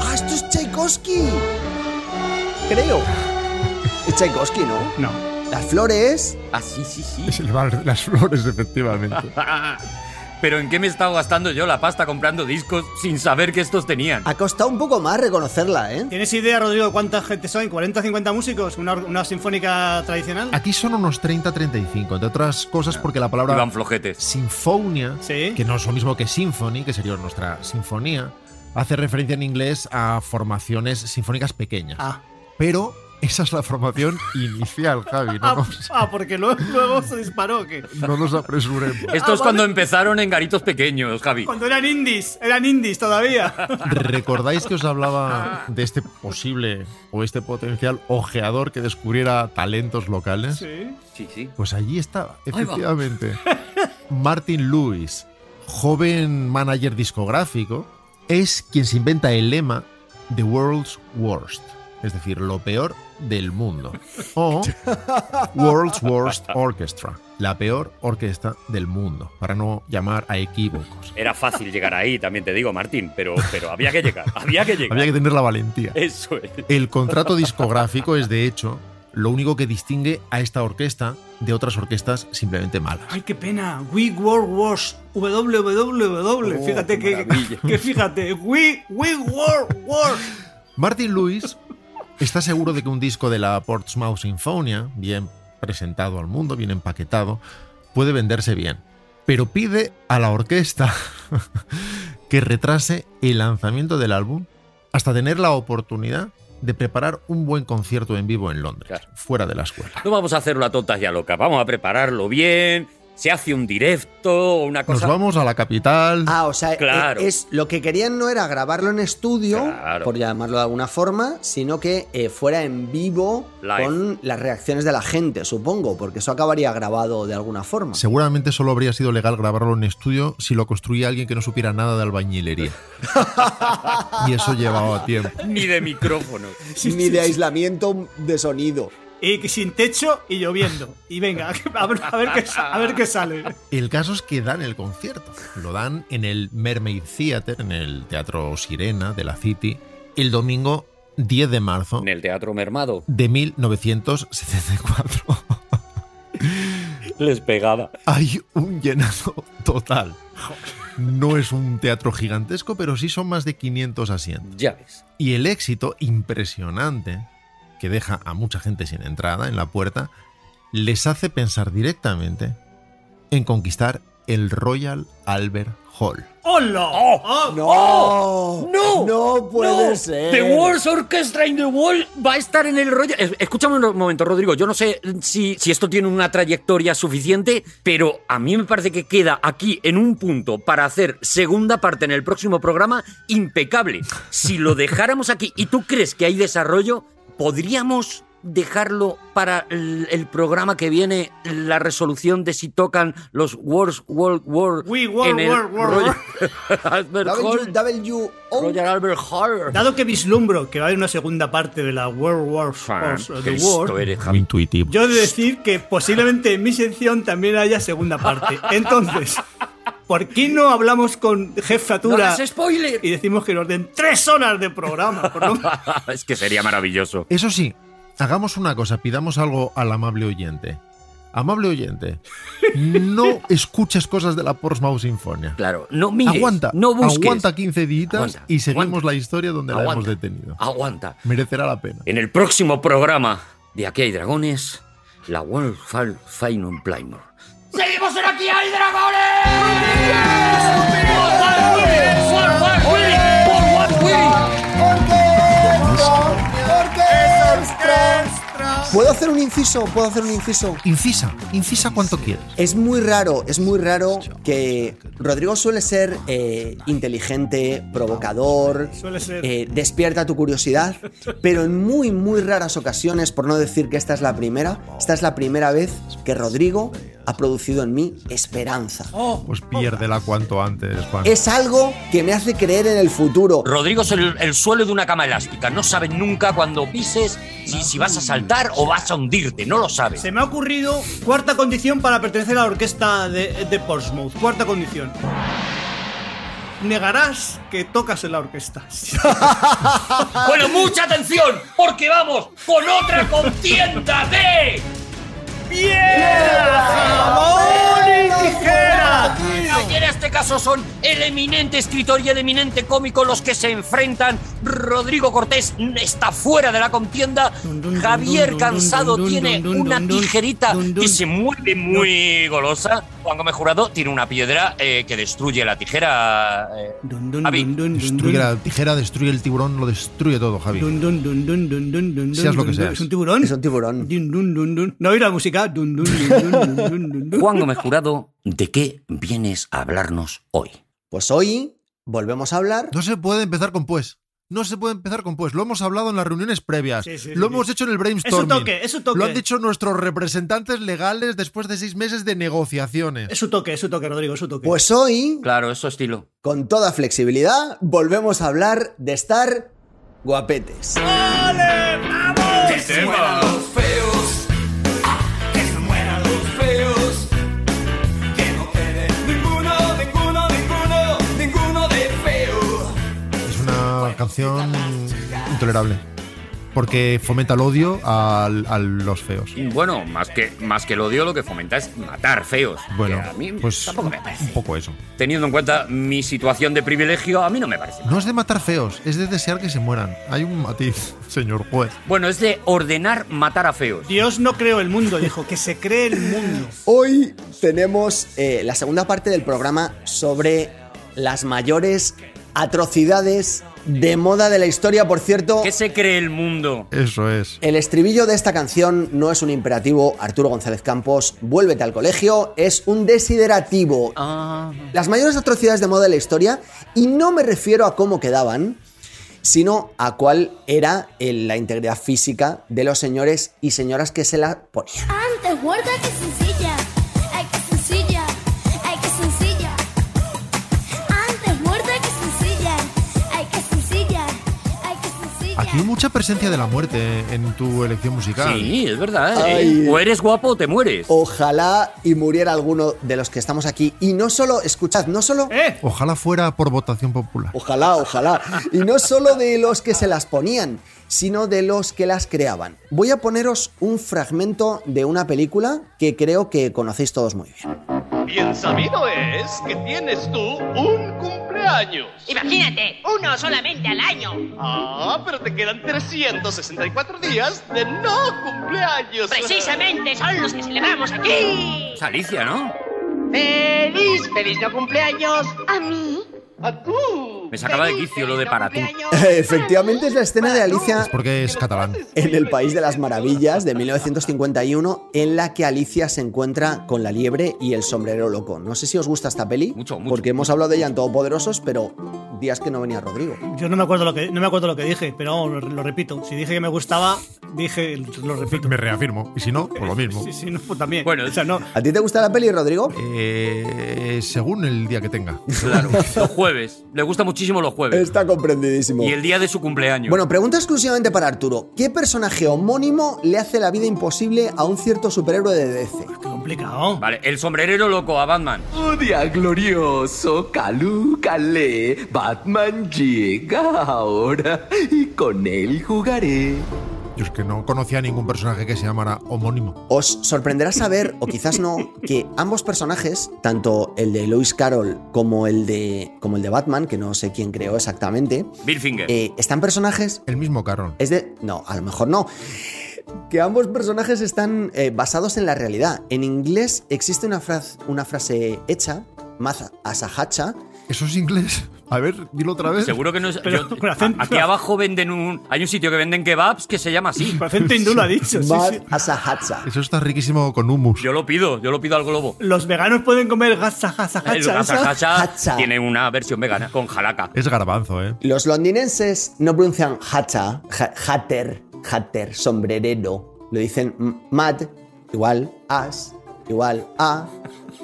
S3: ¡Ah, esto es Tchaikovsky! Creo. Es Tchaikovsky, ¿no?
S4: No.
S3: Las flores.
S5: Ah, sí, sí, sí.
S6: Es el bar de las (laughs) flores, efectivamente.
S5: (laughs) Pero ¿en qué me he estado gastando yo la pasta comprando discos sin saber que estos tenían?
S3: Ha costado un poco más reconocerla, ¿eh?
S4: ¿Tienes idea, Rodrigo, de cuánta gente son? ¿40, 50 músicos? ¿Una, or- una sinfónica tradicional?
S6: Aquí son unos 30-35, entre otras cosas porque la palabra
S5: Iban flojetes.
S6: sinfonia,
S4: Sí.
S6: que no es lo mismo que symphony, que sería nuestra sinfonía, hace referencia en inglés a formaciones sinfónicas pequeñas.
S4: Ah,
S6: Pero esa es la formación inicial, Javi, no
S4: ah,
S6: nos,
S4: (laughs) ah, porque luego, luego se disparó. ¿qué?
S6: no nos apresuremos.
S5: Esto
S4: Ah,
S5: es cuando
S4: vale.
S5: empezaron en garitos pequeños, Javi.
S4: Cuando eran indies, eran indies todavía.
S6: ¿Recordáis que os hablaba de este posible o este potencial ojeador que descubriera talentos locales?
S4: Sí.
S5: Sí, sí.
S6: Pues allí estaba,
S5: va.
S6: efectivamente. Martin Lewis, joven manager discográfico, es quien se inventa el lema The World's Worst, es decir, lo peor del mundo. O World's Worst Orchestra, la peor orquesta del mundo, para no llamar a equívocos.
S5: Era fácil llegar ahí, también te digo, Martín, pero, pero había que llegar, había que llegar.
S6: Había que tener la valentía.
S5: Eso es.
S6: El contrato discográfico es, de hecho, lo único que distingue a esta orquesta de otras orquestas simplemente malas.
S4: Ay, qué pena. We World Wars. WWW.
S3: Oh,
S4: fíjate
S3: qué
S4: que, que fíjate. We, we World Wars.
S6: Martin Lewis está seguro de que un disco de la Portsmouth Sinfonia, bien presentado al mundo, bien empaquetado, puede venderse bien. Pero pide a la orquesta (laughs) que retrase el lanzamiento del álbum hasta tener la oportunidad de preparar un buen concierto en vivo en Londres,
S5: Claro.
S6: fuera de la escuela.
S5: No vamos a hacerlo a tontas y a locas, vamos a prepararlo bien, se hace un directo o una
S6: Nos
S5: cosa...
S6: vamos a la capital.
S3: Ah, o sea,
S5: Claro.
S3: eh, es, lo que querían no era grabarlo en estudio,
S5: Claro.
S3: por llamarlo de alguna forma, sino que eh, fuera en vivo
S5: Live.
S3: con las reacciones de la gente, supongo, porque eso acabaría grabado de alguna forma.
S6: Seguramente solo habría sido legal grabarlo en estudio si lo construía alguien que no supiera nada de albañilería.
S5: (laughs)
S6: y eso llevaba tiempo.
S5: Ni de micrófono.
S3: Ni de aislamiento de sonido.
S4: Y sin techo y lloviendo. Y venga, (laughs) a ver, a ver, qué, sa- a ver qué sale.
S6: El caso es que dan el concierto. Lo dan en el Mermaid Theater, en el Teatro Sirena de la City, el domingo 10 de marzo
S5: En el teatro mermado
S6: de 1974.
S5: les pegaba.
S6: (laughs) Hay un llenado total. No es un teatro gigantesco, pero sí son más de 500 asientos.
S5: Ya ves.
S6: Y el éxito impresionante que deja a mucha gente sin entrada en la puerta les hace pensar directamente en conquistar el Royal Albert Hall.
S4: ¡Hola! ¡Oh!
S3: ¡No!
S5: ¡Oh! ¡No!
S3: ¡No puede
S5: ¡No!
S3: ser!
S5: The World's Orchestra in the Wall va a estar en el rollo. Es- Escúchame un momento, Rodrigo. Yo no sé si, si esto tiene una trayectoria suficiente, pero a mí me parece que queda aquí en un punto para hacer segunda parte en el próximo programa impecable. Si lo dejáramos aquí y tú crees que hay desarrollo, podríamos dejarlo para el, el programa que viene la resolución de si tocan los World World War
S4: We World
S5: en el
S4: War War
S5: Royal (laughs) Albert Hall.
S3: W- WO.
S5: Roger Albert Hall.
S4: Dado que vislumbro que va a haber una segunda parte de la World War of uh, the World,
S6: Muy intuitivo.
S4: yo he de decir que posiblemente en mi sección también haya segunda parte. Entonces, ¿por qué no hablamos con
S5: ¡No
S4: jefatura (laughs)
S5: hagas spoiler!
S4: y decimos que nos den tres horas de programa? por lo menos?
S5: (laughs) es que sería maravilloso.
S6: Eso sí, hagamos una cosa, pidamos algo al amable oyente. Amable oyente, no escuches cosas de la Portsmouth Sinfonia.
S5: Claro, no mires,
S6: aguanta,
S5: no busques.
S6: aguanta 15 días
S5: Aguanta,
S6: y seguimos
S5: aguanta.
S6: la historia donde la hemos
S5: Aguanta.
S6: detenido.
S5: Aguanta.
S6: Merecerá la pena.
S5: En el próximo programa de Aquí hay dragones, la World Fall Fine on Plymouth.
S2: ¡Seguimos en Aquí hay dragones!
S3: ¿Puedo hacer un inciso? ¿Puedo hacer un inciso?
S6: Incisa, incisa cuanto quieras.
S3: Es muy raro, es muy raro que Rodrigo suele ser eh, inteligente, provocador,
S4: Suele ser.
S3: eh, despierta tu curiosidad, pero en muy, muy raras ocasiones, por no decir que esta es la primera, esta es la primera vez que Rodrigo ha producido en mí esperanza.
S4: Oh.
S6: Pues piérdela cuanto antes, Juan.
S3: Es algo que me hace creer en el futuro.
S5: Rodrigo es el, el suelo de una cama elástica. No sabes nunca cuando pises si, si vas a saltar o vas a hundirte. No lo sabes.
S4: Se me ha ocurrido cuarta condición para pertenecer a la orquesta de, de Portsmouth. Cuarta condición. Negarás que tocas en la orquesta.
S5: Bueno, mucha atención, porque vamos con otra contienda de. Y en este caso son el eminente escritor y el eminente cómico los que se enfrentan. Rodrigo Cortés está fuera de la contienda.
S4: Dun, dun, dun,
S5: Javier
S4: dun, dun,
S5: Cansado
S4: dun, dun,
S5: tiene
S4: dun, dun,
S5: una
S4: dun, dun,
S5: tijerita
S4: dun, dun.
S5: que se mueve muy golosa. Juan Gómez Jurado tiene una piedra eh, que destruye la tijera. eh.
S4: Dun, dun,
S5: Javi,
S4: dun, dun, dun,
S6: Destruye la tijera, destruye el tiburón, lo destruye todo, Javi.
S4: dun, dun, dun, dun, dun, dun, dun,
S6: Seas lo que
S4: dun, dun.
S6: seas.
S4: ¿Es un tiburón?
S3: Es un tiburón.
S4: Dun, dun, dun, dun. ¿No oí la música? Dun, dun, dun, dun, dun, dun, dun.
S5: Juan Gómez Jurado, ¿de qué vienes a hablarnos hoy?
S3: Pues hoy volvemos a hablar.
S6: No se puede empezar con pues. No se puede empezar con pues. Lo hemos hablado en las reuniones previas.
S4: Sí, sí, sí,
S6: lo
S4: sí.
S6: hemos hecho en el
S4: Es un
S6: brainstorming.
S4: toque, es un toque.
S6: Lo han dicho nuestros representantes legales después de seis meses de negociaciones.
S4: Es un toque, es un toque, Rodrigo, es un toque.
S3: Pues hoy,
S5: Claro, eso estilo.
S3: con toda flexibilidad, volvemos a hablar de estar guapetes.
S2: ¡Que se mueran los feos! ¡Ah! ¡Que se mueran los feos! ¡Que no quede ninguno, ninguno, ninguno, ninguno de feo!
S6: Es una canción intolerable. Porque fomenta el odio al- a los feos.
S7: Bueno, más que, más que el odio, lo que fomenta es matar feos.
S6: Bueno,
S7: que a mí
S6: pues
S7: tampoco me
S6: un
S7: parece.
S6: poco eso.
S5: Teniendo en cuenta mi situación de privilegio, a mí no me parece.
S6: No es de matar feos, es de desear que se mueran. Hay un matiz, (laughs) señor juez.
S5: Bueno, es de ordenar matar a feos.
S4: Dios no creó el mundo, dijo, que se cree el mundo.
S3: Hoy tenemos eh, la segunda parte del programa sobre las mayores atrocidades de moda de la historia. Por cierto,
S5: ¿Qué se cree el mundo?
S6: Eso es.
S3: el estribillo de esta canción no es un imperativo, Arturo González Campos, vuélvete al colegio, es un desiderativo.
S5: Ah.
S3: Las mayores atrocidades de moda de la historia, y no me refiero a cómo quedaban, sino a cuál era el- la integridad física de los señores y señoras que se la ponían.
S8: Antes gorda que sencilla. Ay, que sencilla. Ay, que sencilla. Antes gorda que sencilla. Ay, que sencilla. Ay, que sencilla.
S6: Aquí hay mucha presencia de la muerte en tu elección musical.
S5: Sí, es verdad. ¿eh?
S3: Ay. Oh.
S5: O eres guapo o te mueres.
S3: Ojalá y muriera alguno de los que estamos aquí. Y no solo, escuchad, no solo...
S4: ¡Eh!
S6: Ojalá fuera por votación popular.
S3: Ojalá, ojalá. Y no solo de los que se las ponían, sino de los que las creaban. Voy a poneros un fragmento de una película que creo que conocéis todos muy bien. (laughs)
S9: Bien sabido es que tienes tú un cumpleaños.
S10: Imagínate, uno solamente al año.
S9: Ah, pero te quedan 364 días de no cumpleaños.
S10: Precisamente son los que celebramos aquí.
S5: Es Alicia, ¿no?
S10: ¡Feliz, feliz no cumpleaños!
S8: A mí.
S9: ¡A tú!
S5: Me sacaba de
S10: ¡Feliz,
S5: quicio lo
S10: feliz
S5: de
S10: no
S5: para
S9: (laughs)
S5: tú.
S10: cumpleaños!
S3: Efectivamente es la escena de Alicia
S6: Porque es catalán.
S3: en el País de las Maravillas de 1951 en la que Alicia se encuentra con la liebre y el sombrero loco. No sé si os gusta esta peli,
S5: Mucho, mucho.
S3: porque hemos hablado de ella en Todopoderosos, pero días que no venía Rodrigo.
S4: Yo no me acuerdo lo que, no me acuerdo lo que dije, pero vamos, lo, lo repito. Si dije que me gustaba, dije, lo repito.
S6: Me reafirmo. Y si no, por lo mismo.
S4: Sí, sí, no, pues también.
S5: Bueno,
S4: o sea, no.
S3: ¿A ti te gusta la peli, Rodrigo?
S6: Eh, según el día que tenga.
S5: Claro. Los jueves. Le gusta muchísimo los jueves.
S3: Está comprendidísimo.
S5: Eh, Y el día de su cumpleaños.
S3: Bueno, pregunta exclusivamente para Arturo. ¿Qué personaje homónimo le hace la vida imposible a un cierto superhéroe de DC?
S4: Qué complicado.
S5: Vale, el sombrerero loco a Batman.
S2: Un día glorioso, Calú, Calé, Batman llega ahora y con él jugaré.
S6: Yo es que no conocía ningún personaje que se llamara homónimo.
S3: Os sorprenderá saber, o quizás no, que ambos personajes, tanto el de Lois Carroll como el de, como el de Batman, que no sé quién creó exactamente,
S5: Bill Finger.
S3: eh, están personajes...
S6: El mismo Carrón.
S3: Es de... No, a lo mejor no. Que ambos personajes están eh, basados en la realidad. En inglés existe una, fraz- una frase hecha, más asahacha,
S6: ¿Eso es inglés? A ver, dilo otra vez.
S5: Seguro que no es.
S4: Pero
S5: yo-
S4: con acento.
S5: aquí abajo venden un. Hay un sitio que venden kebabs que se llama así.
S4: Por acento hindú lo ha dicho. sí,
S3: más
S4: sí.
S3: asahacha.
S6: Eso está riquísimo con hummus.
S5: Yo lo pido, yo lo pido al globo.
S4: Los veganos pueden comer gasa,
S5: El gazajacha
S3: Hacha.
S5: tiene una versión vegana con jalaca.
S6: Es garbanzo, ¿eh? (laughs)
S3: Los londinenses no pronuncian hacha, ha- hatter, hatter, sombrerero. Lo dicen m- mad, igual as, igual a,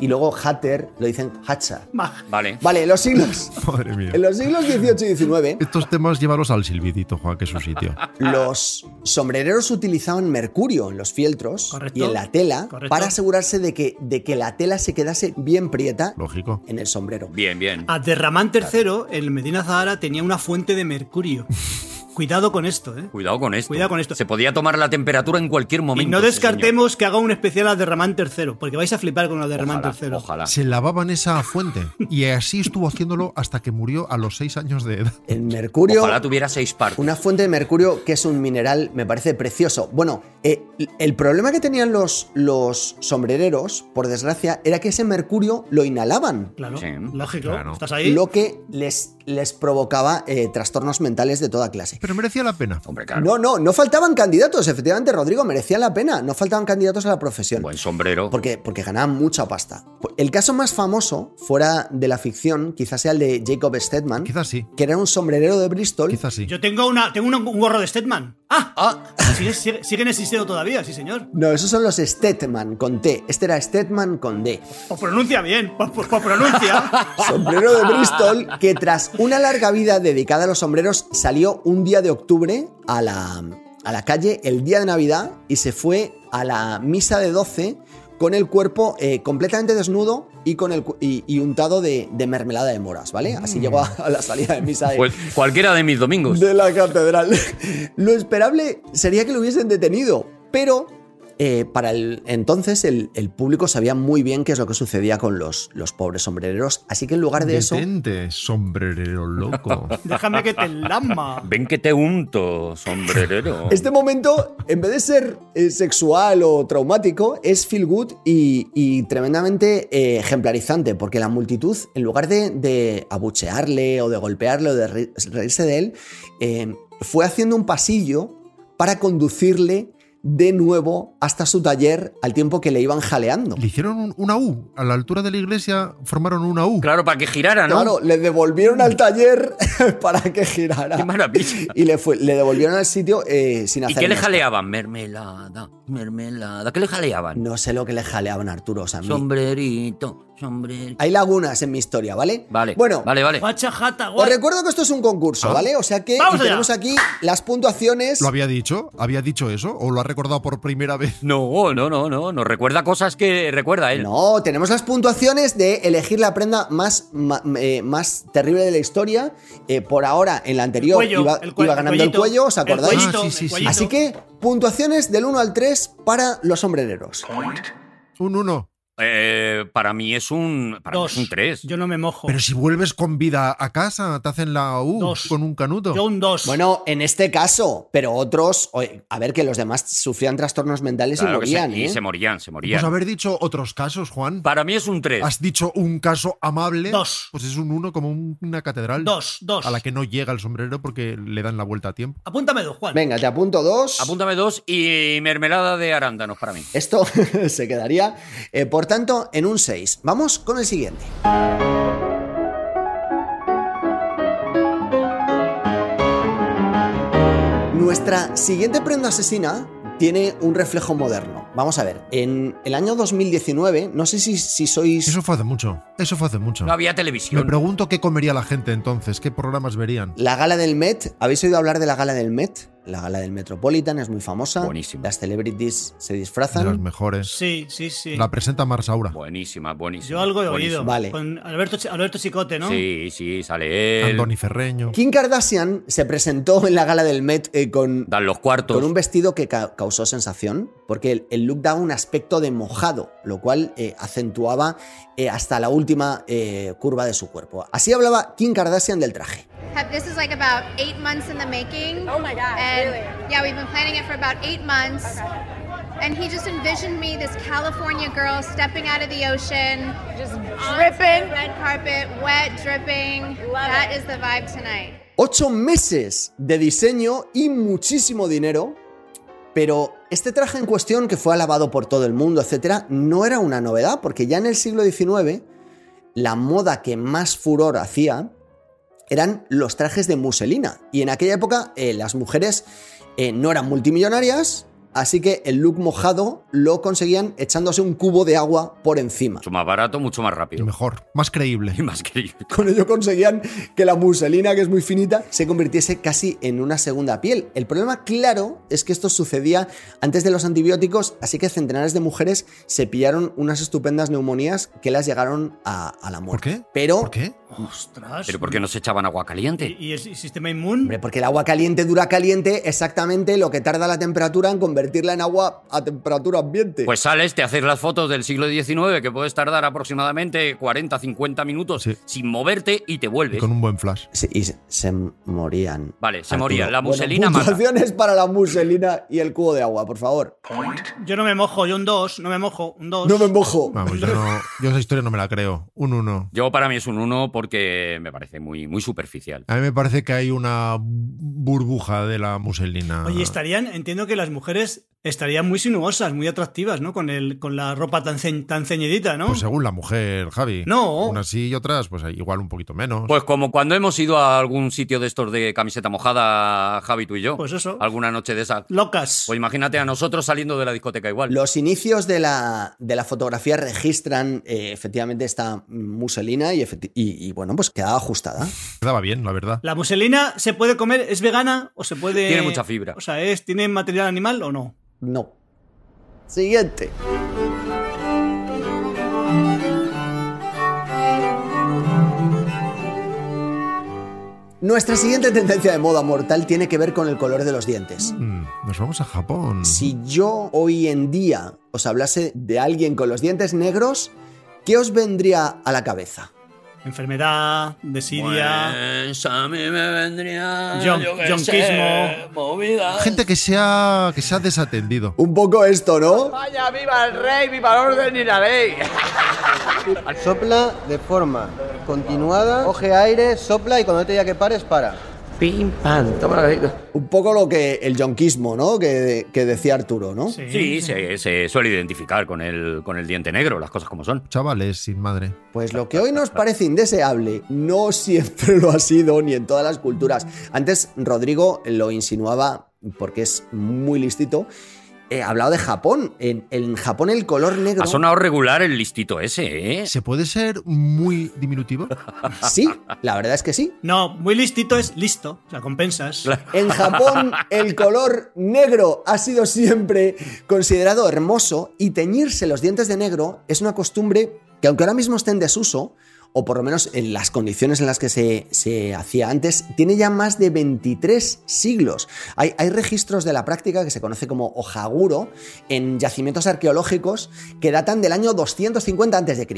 S3: y luego hatter lo dicen hacha.
S5: Vale.
S3: Vale, en los siglos.
S6: Madre mía.
S3: En los siglos XVIII y XIX,
S6: Estos temas llévalos al silbidito, Juan, que es
S5: (laughs)
S6: su sitio.
S4: Ah.
S3: los sombrereros utilizaban mercurio en los fieltros
S4: Correcto.
S3: y en la tela
S4: Correcto.
S3: para asegurarse de que, de que la tela se quedase bien prieta
S6: Lógico.
S3: en el sombrero.
S5: Bien, bien.
S4: Ah. Aterramán III, el Medina Zahara, tenía una fuente de mercurio. Cuidado con esto, ¿eh?
S5: Cuidado con esto.
S4: Cuidado con esto.
S5: Se podía tomar la temperatura en cualquier
S4: Y
S5: momento.
S4: no
S5: sí,
S4: descartemos que haga un especial a Derramán III, porque vais a flipar con
S5: señor.
S4: Derramán III.
S5: Ojalá, ojalá.
S6: Se lavaban esa fuente. Y así estuvo haciéndolo hasta que murió a los seis años de edad.
S3: El mercurio
S5: Ojalá tuviera seis partes.
S3: Una fuente de mercurio que es un mineral, me parece precioso. Bueno, eh, el problema que tenían los, los sombrereros, por desgracia, era que ese mercurio lo inhalaban,
S4: Claro,
S5: Sí,
S4: lógico.
S6: claro.
S4: ¿Estás ahí?
S3: lo que les, les provocaba eh, trastornos mentales de toda clase.
S6: Pero merecía la pena.
S5: Hombre, claro.
S3: No, no, no faltaban candidatos, efectivamente, Rodrigo, merecía la pena, no faltaban candidatos a la profesión.
S5: Buen sombrero.
S3: Porque, porque ganaban mucha pasta. El caso más famoso, fuera de la ficción, quizás sea el de Jacob Stedman,
S6: Quizás sí.
S3: que era un sombrerero de Bristol.
S6: Quizás sí.
S4: Yo tengo, una, tengo una- un gorro de Stedman. ¡Ah! Sigue- sigue- siguen existiendo todavía, sí, señor.
S3: No, esos son los Stedman con T. Este era Stedman con D.
S4: Pues pronuncia bien, pues, pues- pues pronuncia.
S3: Sombrero de Bristol, que tras una larga vida dedicada a los sombreros, salió un día de octubre a la, a la calle, el día de Navidad, y se fue a la misa de 12 con el cuerpo eh, completamente desnudo y, con el, cu- y, y untado de, de mermelada de moras, ¿vale?
S6: Mm.
S3: Así llegó a, a la salida de misa de,
S5: Pues cualquiera de mis domingos.
S3: (laughs) de la catedral. Lo esperable sería que lo hubiesen detenido, pero Eh, para el, entonces el, el público sabía muy bien qué es lo que sucedía con los, los pobres sombrereros, así que en lugar de eso...
S6: Detente, sombrerero loco.
S4: Déjame que te lama.
S5: Ven que te unto, sombrerero.
S3: Este momento, en vez de ser eh, sexual o traumático, es feel good y, y tremendamente eh, ejemplarizante, porque la multitud, en lugar de, de abuchearle o de golpearle o de re- reírse de él, eh, fue haciendo un pasillo para conducirle de nuevo hasta su taller al tiempo que le iban jaleando.
S6: Le hicieron un- una U. A la altura de la iglesia formaron una U.
S5: Claro, para que girara, ¿no?
S3: Claro, le devolvieron al taller (laughs) para que girara.
S5: Qué maravilla.
S3: Y le, fue- le devolvieron al sitio eh, sin
S5: ¿Y
S3: hacer
S5: qué le
S3: nada.
S5: jaleaban? Mermelada, mermelada. ¿Qué le jaleaban?
S3: No sé lo que le jaleaban a Arturo. O sea, a mí-
S5: Sombrerito, sombrerito.
S3: Hay lagunas en mi historia, ¿vale?
S5: Vale,
S3: Bueno,
S5: vale, vale.
S4: Guacha jata,
S3: os
S4: guay.
S3: recuerdo que esto es un concurso,
S6: Ah.
S3: ¿vale? O sea que
S4: Vamos allá.
S3: tenemos aquí las puntuaciones.
S6: ¿Lo había dicho? ¿Había dicho eso? ¿O lo ha recordado por primera vez?
S5: No, no, no, no. Nos recuerda cosas que recuerda él.
S3: No, tenemos las puntuaciones de elegir la prenda más, ma- eh, más terrible de la historia. Eh, por ahora, en la anterior
S4: cuello,
S3: iba,
S4: el cue-
S3: iba ganando el
S4: cuellito,
S3: cuello, ¿os acordáis?
S4: El cuellito,
S6: Ah, sí, sí,
S4: el
S6: sí.
S4: cuellito.
S3: Así que, puntuaciones del 1 al 3 para los sombrereros.
S6: Un uno.
S5: Eh, para mí es un. Para mí
S4: Dos.
S5: es un 3.
S4: Yo no me mojo.
S6: Pero si vuelves con vida a casa, te hacen la U
S4: Dos.
S6: con un canuto.
S4: Yo un 2.
S3: Bueno, en este caso, pero otros, oye, a ver que los demás sufrían trastornos mentales y morían,
S5: se,
S3: ¿eh?
S5: y se morían, se morían.
S6: Pues haber dicho otros casos, Juan.
S5: Para mí es un 3.
S6: Has dicho un caso amable.
S4: Dos.
S6: Pues es un uno como un- una catedral.
S4: Dos, dos.
S6: A la que no llega el sombrero porque le dan la vuelta a tiempo.
S4: Apúntame dos, Juan.
S3: Venga, te apunto dos.
S5: Apúntame dos y mermelada de arándanos para mí.
S3: Esto (laughs) se quedaría, eh, por tanto, en un 6. Vamos con el siguiente. Nuestra siguiente prenda asesina tiene un reflejo moderno. Vamos a ver, en el año 2019, no sé si, si sois...
S6: Eso fue hace mucho. Eso fue hace mucho.
S5: No había
S6: Me
S5: televisión.
S6: pregunto qué comería la gente entonces, qué programas verían.
S3: La gala del Met, ¿habéis oído hablar de la gala del Met? La gala del Metropolitan es muy famosa.
S5: Buenísimo.
S3: Las celebrities se
S6: De las
S3: disfrazan.
S6: mejores.
S4: Sí, sí, sí.
S6: La presenta Marsaura.
S5: Buenísima, buenísima.
S4: Yo algo he oído.
S5: buenísima.
S3: Vale.
S4: Con Alberto, Chi- Alberto Chicote, ¿no?
S5: Sí, sí, sale él.
S6: Antoni Ferreño.
S3: Kim Kardashian se presentó en la gala del Met eh, con
S5: Dan los cuartos.
S3: Con un vestido que ca- causó sensación, porque el, el look daba un aspecto de mojado, lo cual eh, acentuaba eh, hasta la última eh, curva de su cuerpo. Así hablaba Kim Kardashian del traje.
S11: This is like about eight months in the making.
S12: Oh my God,
S11: And
S12: really?
S11: yeah, we've been planning it for about eight months. And he just envisioned me, this California girl, stepping out of the ocean,
S12: Just
S11: onto the red carpet, wet, dripping. That
S12: Love
S11: is
S12: it.
S11: the vibe tonight.
S3: Ocho meses de diseño y muchísimo dinero, pero este traje en cuestión, que fue alabado por todo el mundo, etc., no era una novedad, porque ya en el siglo XIX la moda que más furor hacía eran los trajes de muselina. Y en aquella época eh, las mujeres eh, no eran multimillonarias, así que el look mojado lo conseguían echándose un cubo de agua por encima.
S5: Mucho más barato, mucho más rápido.
S6: Mejor, más creíble.
S5: (laughs) Y más que yo.
S3: Con ello conseguían que la muselina, que es muy finita, se convirtiese casi en una segunda piel. El problema claro es que esto sucedía antes de los antibióticos, así que centenares de mujeres se pillaron unas estupendas neumonías que las llegaron a, a la
S6: ¿Por
S3: muerte.
S6: qué?
S3: Pero,
S6: ¿Por qué?
S4: Ostras.
S5: ¿Pero por qué no se echaban agua caliente?
S4: ¿Y, y el si- sistema inmune?
S3: hombre, porque el agua caliente dura caliente exactamente lo que tarda la temperatura en convertirla en agua a temperatura ambiente.
S5: Pues sales, te haces las fotos del siglo XIX, que puedes tardar aproximadamente 40, 50 minutos
S6: Sí.
S5: sin moverte y te
S6: Y
S5: vuelves.
S6: con un buen flash.
S3: Sí, y se, se morían.
S5: Vale, se
S3: Arturo.
S5: morían. La
S3: Bueno,
S5: muselina mata.
S3: puntuaciones para la muselina y el cubo de agua, por favor.
S4: Yo no me mojo, yo un 2, no me mojo, un 2.
S3: No me mojo.
S6: Vamos, yo, no- yo esa historia no me la creo. Un 1.
S5: Yo para mí es un 1 porque me parece muy, muy superficial.
S6: A mí me parece que hay una burbuja de la muselina.
S5: Ah.
S4: Oye, estarían, entiendo que las mujeres estarían muy sinuosas, muy atractivas, ¿no? Con, el, con la ropa tan, ceñ- tan ceñidita, ¿no?
S5: eh,
S6: Pues según la mujer, Javi.
S4: No.
S6: Unas sí y otras, pues igual un poquito menos.
S5: Pues como cuando hemos ido a algún sitio de estos de camiseta mojada, Javi, tú y yo.
S4: Pues eso.
S5: Alguna noche de esas.
S4: Locas.
S5: Pues imagínate a nosotros saliendo de la discoteca igual.
S3: Los inicios de la, de la fotografía registran eh, efectivamente esta muselina y, efecti- y- y, bueno, pues quedaba ajustada.
S6: Quedaba bien, la verdad.
S4: ¿La muselina se puede comer? ¿Es vegana o se puede...?
S5: Tiene mucha fibra.
S4: O sea, ¿es, ¿tiene material animal o no?
S3: No. Siguiente. Nuestra siguiente tendencia de moda mortal tiene que ver con el color de los dientes.
S6: Mm, Nos vamos a Japón.
S3: Si yo hoy en día os hablase de alguien con los dientes negros, ¿qué os vendría a la cabeza?
S4: Enfermedad, desidia.
S7: Pues a mí me vendría.
S4: John-
S7: yo qué
S4: John
S7: sé,
S4: Kismo.
S7: movidas.
S6: Gente que se ha, que se ha desatendido.
S3: Un poco esto, ¿no?
S13: Vaya, viva el rey, viva el orden y la ley.
S14: (laughs) Sopla de forma continuada, coge aire, sopla y cuando te diga que pares, para.
S13: Pim, pam, toma la
S3: Un poco lo que el yonquismo, ¿no? Que, que decía Arturo, ¿no?
S5: Pues,
S7: Sí, se, se suele identificar con el, con el diente negro, las cosas como son.
S6: Chavales sin madre.
S3: Pues lo que hoy nos parece indeseable no siempre lo ha sido ni en todas las culturas. Antes Rodrigo lo insinuaba porque es muy listito. He hablado de Japón. En, en Japón el color negro.
S7: Ha sonado regular el listito ese, ¿eh?
S6: ¿Se puede ser muy diminutivo?
S3: Sí, la verdad es que sí.
S4: No, muy listito es listo. O sea, compensas.
S3: En Japón el color negro ha sido siempre considerado hermoso y teñirse los dientes de negro es una costumbre que aunque ahora mismo esté en desuso, o por lo menos en las condiciones en las que se, se hacía antes, tiene ya más de 23 siglos. Hay, hay registros de la práctica que se conoce como ojaguro en yacimientos arqueológicos que datan del año 250 a.C.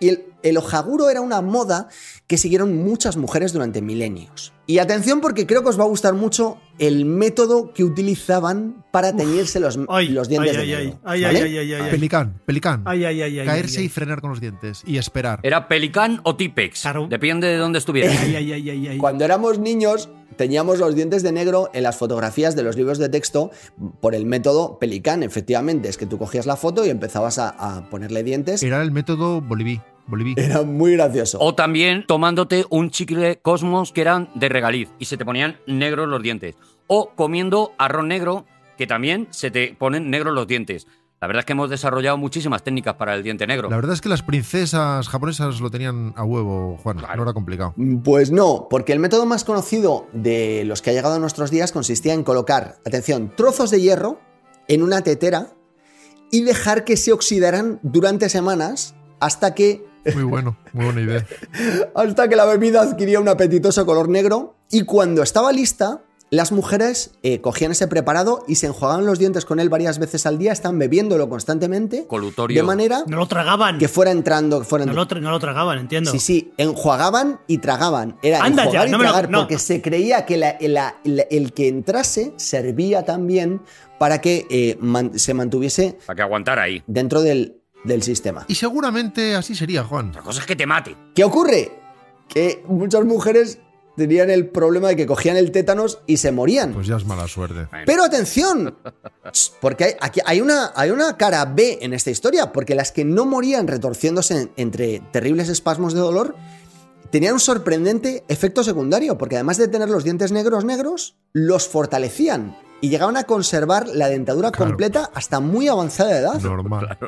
S3: Y el, el ojaguro era una moda que siguieron muchas mujeres durante milenios. Y atención porque creo que os va a gustar mucho el método que utilizaban para teñirse los,
S4: Ay,
S3: los dientes
S4: ay,
S3: de
S4: ay,
S3: negro,
S4: ay, ay,
S3: ¿vale?
S4: ay, ay, ay, ay.
S6: Pelicán, pelicán.
S4: Ay, ay, ay, ay,
S6: Caerse
S4: ay,
S6: y frenar con los dientes. Y esperar.
S7: ¿Era pelicán o típex?
S4: Claro.
S7: Depende de dónde estuviera.
S4: ay, ay, ay, ay, ay.
S3: Cuando éramos niños teníamos los dientes de negro en las fotografías de los libros de texto por el método pelicán, efectivamente. Es que tú cogías la foto y empezabas a, a ponerle dientes.
S6: Era el método Boliví. Boliví.
S3: Era muy gracioso.
S7: O también tomándote un chicle cosmos que eran de regaliz y se te ponían negros los dientes. O comiendo arroz negro que también se te ponen negros los dientes. La verdad es que hemos desarrollado muchísimas técnicas para el diente negro.
S6: La verdad es que las princesas japonesas lo tenían a huevo, Juan. No
S3: (laughs)
S6: era complicado.
S3: Pues no, porque el método más conocido de los que ha llegado a nuestros días consistía en colocar, atención, trozos de hierro en una tetera y dejar que se oxidaran durante semanas hasta que
S6: Muy bueno, muy buena idea.
S3: hasta que la bebida adquiría un apetitoso color negro y cuando estaba lista, las mujeres eh, cogían ese preparado y se enjuagaban los dientes con él varias veces al día, están bebiéndolo constantemente
S7: Colutorio.
S3: de manera
S4: No lo tragaban.
S3: que fuera entrando, que fuera
S4: No lo,
S3: entrando.
S4: tra- no lo tragaban, entiendo.
S3: Sí, sí, enjuagaban y tragaban. Era
S4: Anda ya,
S3: enjuagar
S4: no
S3: y
S4: me lo-
S3: tragar,
S4: no.
S3: porque se creía que la- la- la- el que entrase servía también para que eh, man- se mantuviese
S7: Para que aguantar ahí.
S3: dentro del, del sistema.
S6: Y seguramente así sería, Juan.
S7: La cosa es que te mate.
S3: ¿Qué ocurre? Que muchas mujeres tenían el problema de que cogían el tétanos y se morían.
S6: Pues ya es mala suerte.
S3: Pero atención, Ch, porque hay, aquí hay una, hay una cara B en esta historia, porque las que no morían retorciéndose en- entre terribles espasmos de dolor tenían un sorprendente efecto secundario, porque además de tener los dientes negros negros, los fortalecían y llegaban a conservar la dentadura
S6: Claro.
S3: completa hasta muy avanzada edad.
S6: Normal.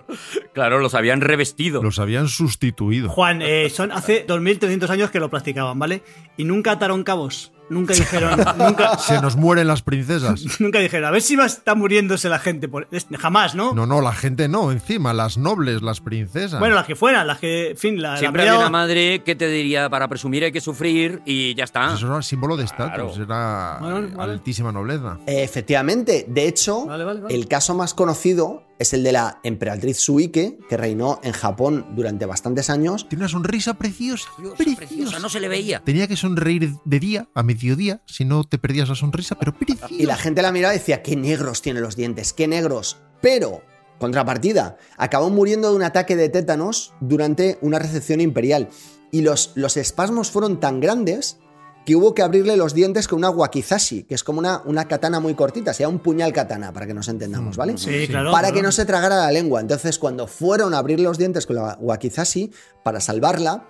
S7: Claro, los habían revestido.
S6: Los habían sustituido.
S4: Juan, eh, son hace 2300 años que lo practicaban, ¿vale? Y nunca ataron cabos. Nunca dijeron, nunca,
S6: Se nos mueren las princesas.
S4: nunca dijeron, a ver si va, está muriéndose la gente. Por... es- Jamás, (laughs) ¿no?
S6: No, no, la gente no, encima, las nobles, las princesas.
S4: Bueno, las que fueran, las que, en fin, la, la
S7: Siempre
S4: media-
S7: había una madre que te diría, para presumir hay que sufrir y ya está.
S6: Pues Eso era símbolo de estatus,
S7: Claro.
S6: era
S4: Bueno,
S6: eh,
S4: vale.
S6: altísima nobleza.
S3: Efectivamente, de hecho,
S4: Vale, vale, vale.
S3: el caso más conocido es el de la emperatriz Suike, que reinó en Japón durante bastantes años.
S6: Tiene una sonrisa preciosa, preciosa.
S7: Preciosa, no se le veía.
S6: Tenía que sonreír de día, a mediodía, si no te perdías la sonrisa, pero preciosa.
S3: Y la gente la miraba y decía, qué negros tiene los dientes, qué negros. Pero, contrapartida, acabó muriendo de un ataque de tétanos durante una recepción imperial. Y los, los espasmos fueron tan grandes que hubo que abrirle los dientes con una wakizashi, que es como una, una katana muy cortita, sea un puñal katana, para que nos entendamos, ¿vale?
S4: Mm, Sí, claro.
S3: para
S4: claro.
S3: que no se tragara la lengua. Entonces, cuando fueron a abrir los dientes con la Wakizashi para salvarla,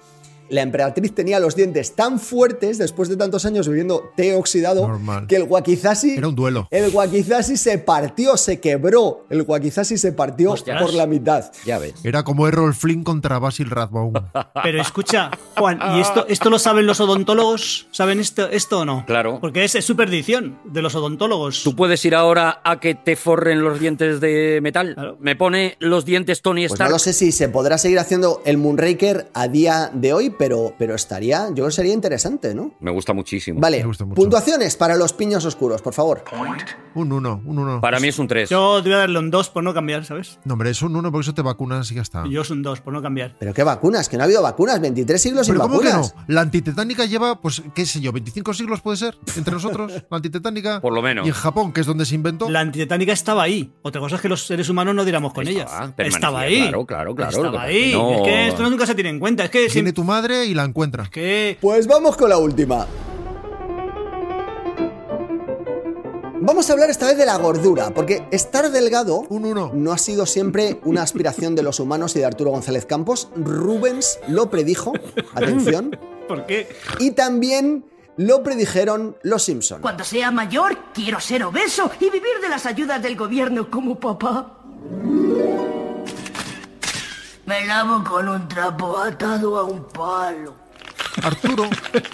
S3: la emperatriz tenía los dientes tan fuertes después de tantos años bebiendo té oxidado
S6: Normal.
S3: que el Wakizashi
S6: Era un duelo.
S3: el Wakizashi se partió, se quebró. El Wakizashi se partió
S4: Ostras.
S3: por la mitad.
S5: Ya ves.
S6: Era como Errol Flynn contra Basil Rathbone.
S7: (laughs)
S4: Pero escucha, Juan, ¿y esto, esto lo saben los odontólogos? ¿Saben esto, esto o no?
S7: Claro.
S4: Porque es, es su perdición de los odontólogos.
S7: ¿Tú puedes ir ahora a que te forren los dientes de metal?
S4: Claro.
S7: Me pone los dientes Tony
S3: Pues no
S7: Stark.
S3: lo sé si se podrá seguir haciendo el Moonraker a día de hoy, pero, pero estaría, yo creo que sería interesante, ¿no?
S7: Me gusta muchísimo.
S3: Vale,
S7: Me gusta mucho.
S3: puntuaciones para los piños oscuros, por favor.
S6: Un 1, un 1.
S7: Para mí es un 3.
S4: Yo debía darle un 2 por no cambiar, ¿sabes?
S6: No, hombre, es un 1 porque eso te vacunas y ya está.
S4: Yo es un 2 por no cambiar.
S3: Pero qué vacunas, que no ha habido vacunas, 23 siglos sin
S6: Pero ¿cómo que
S3: vacunas.
S6: no? La antitetánica lleva, pues, qué sé yo, 25 siglos puede ser, entre (laughs) nosotros, la antitetánica.
S7: Por lo menos.
S6: Y en Japón, que es donde se inventó.
S4: La antitetánica estaba ahí. Otra cosa es que los seres humanos no diéramos con
S7: Estaba,
S4: ella.
S7: permanecía,
S4: Estaba ahí.
S7: claro, claro, claro, lo que
S4: Estaba
S7: pasa
S4: ahí.
S7: es que no-
S4: Es que esto nunca se tiene en cuenta. Es que,
S6: Tiene
S4: siempre-
S6: tu madre y la encuentra.
S4: que
S3: Pues vamos con la última. Vamos a hablar esta vez de la gordura, porque estar delgado
S6: Un 1.
S3: no ha sido siempre una aspiración de los humanos y de Arturo González Campos. Rubens lo
S6: (laughs)
S3: predijo, atención,
S4: ¿Por qué?
S3: y también lo predijeron los Simpson.
S15: Cuando sea mayor, quiero ser obeso y vivir de las ayudas del gobierno como papá. Me lavo con un trapo atado a un palo.
S6: Arturo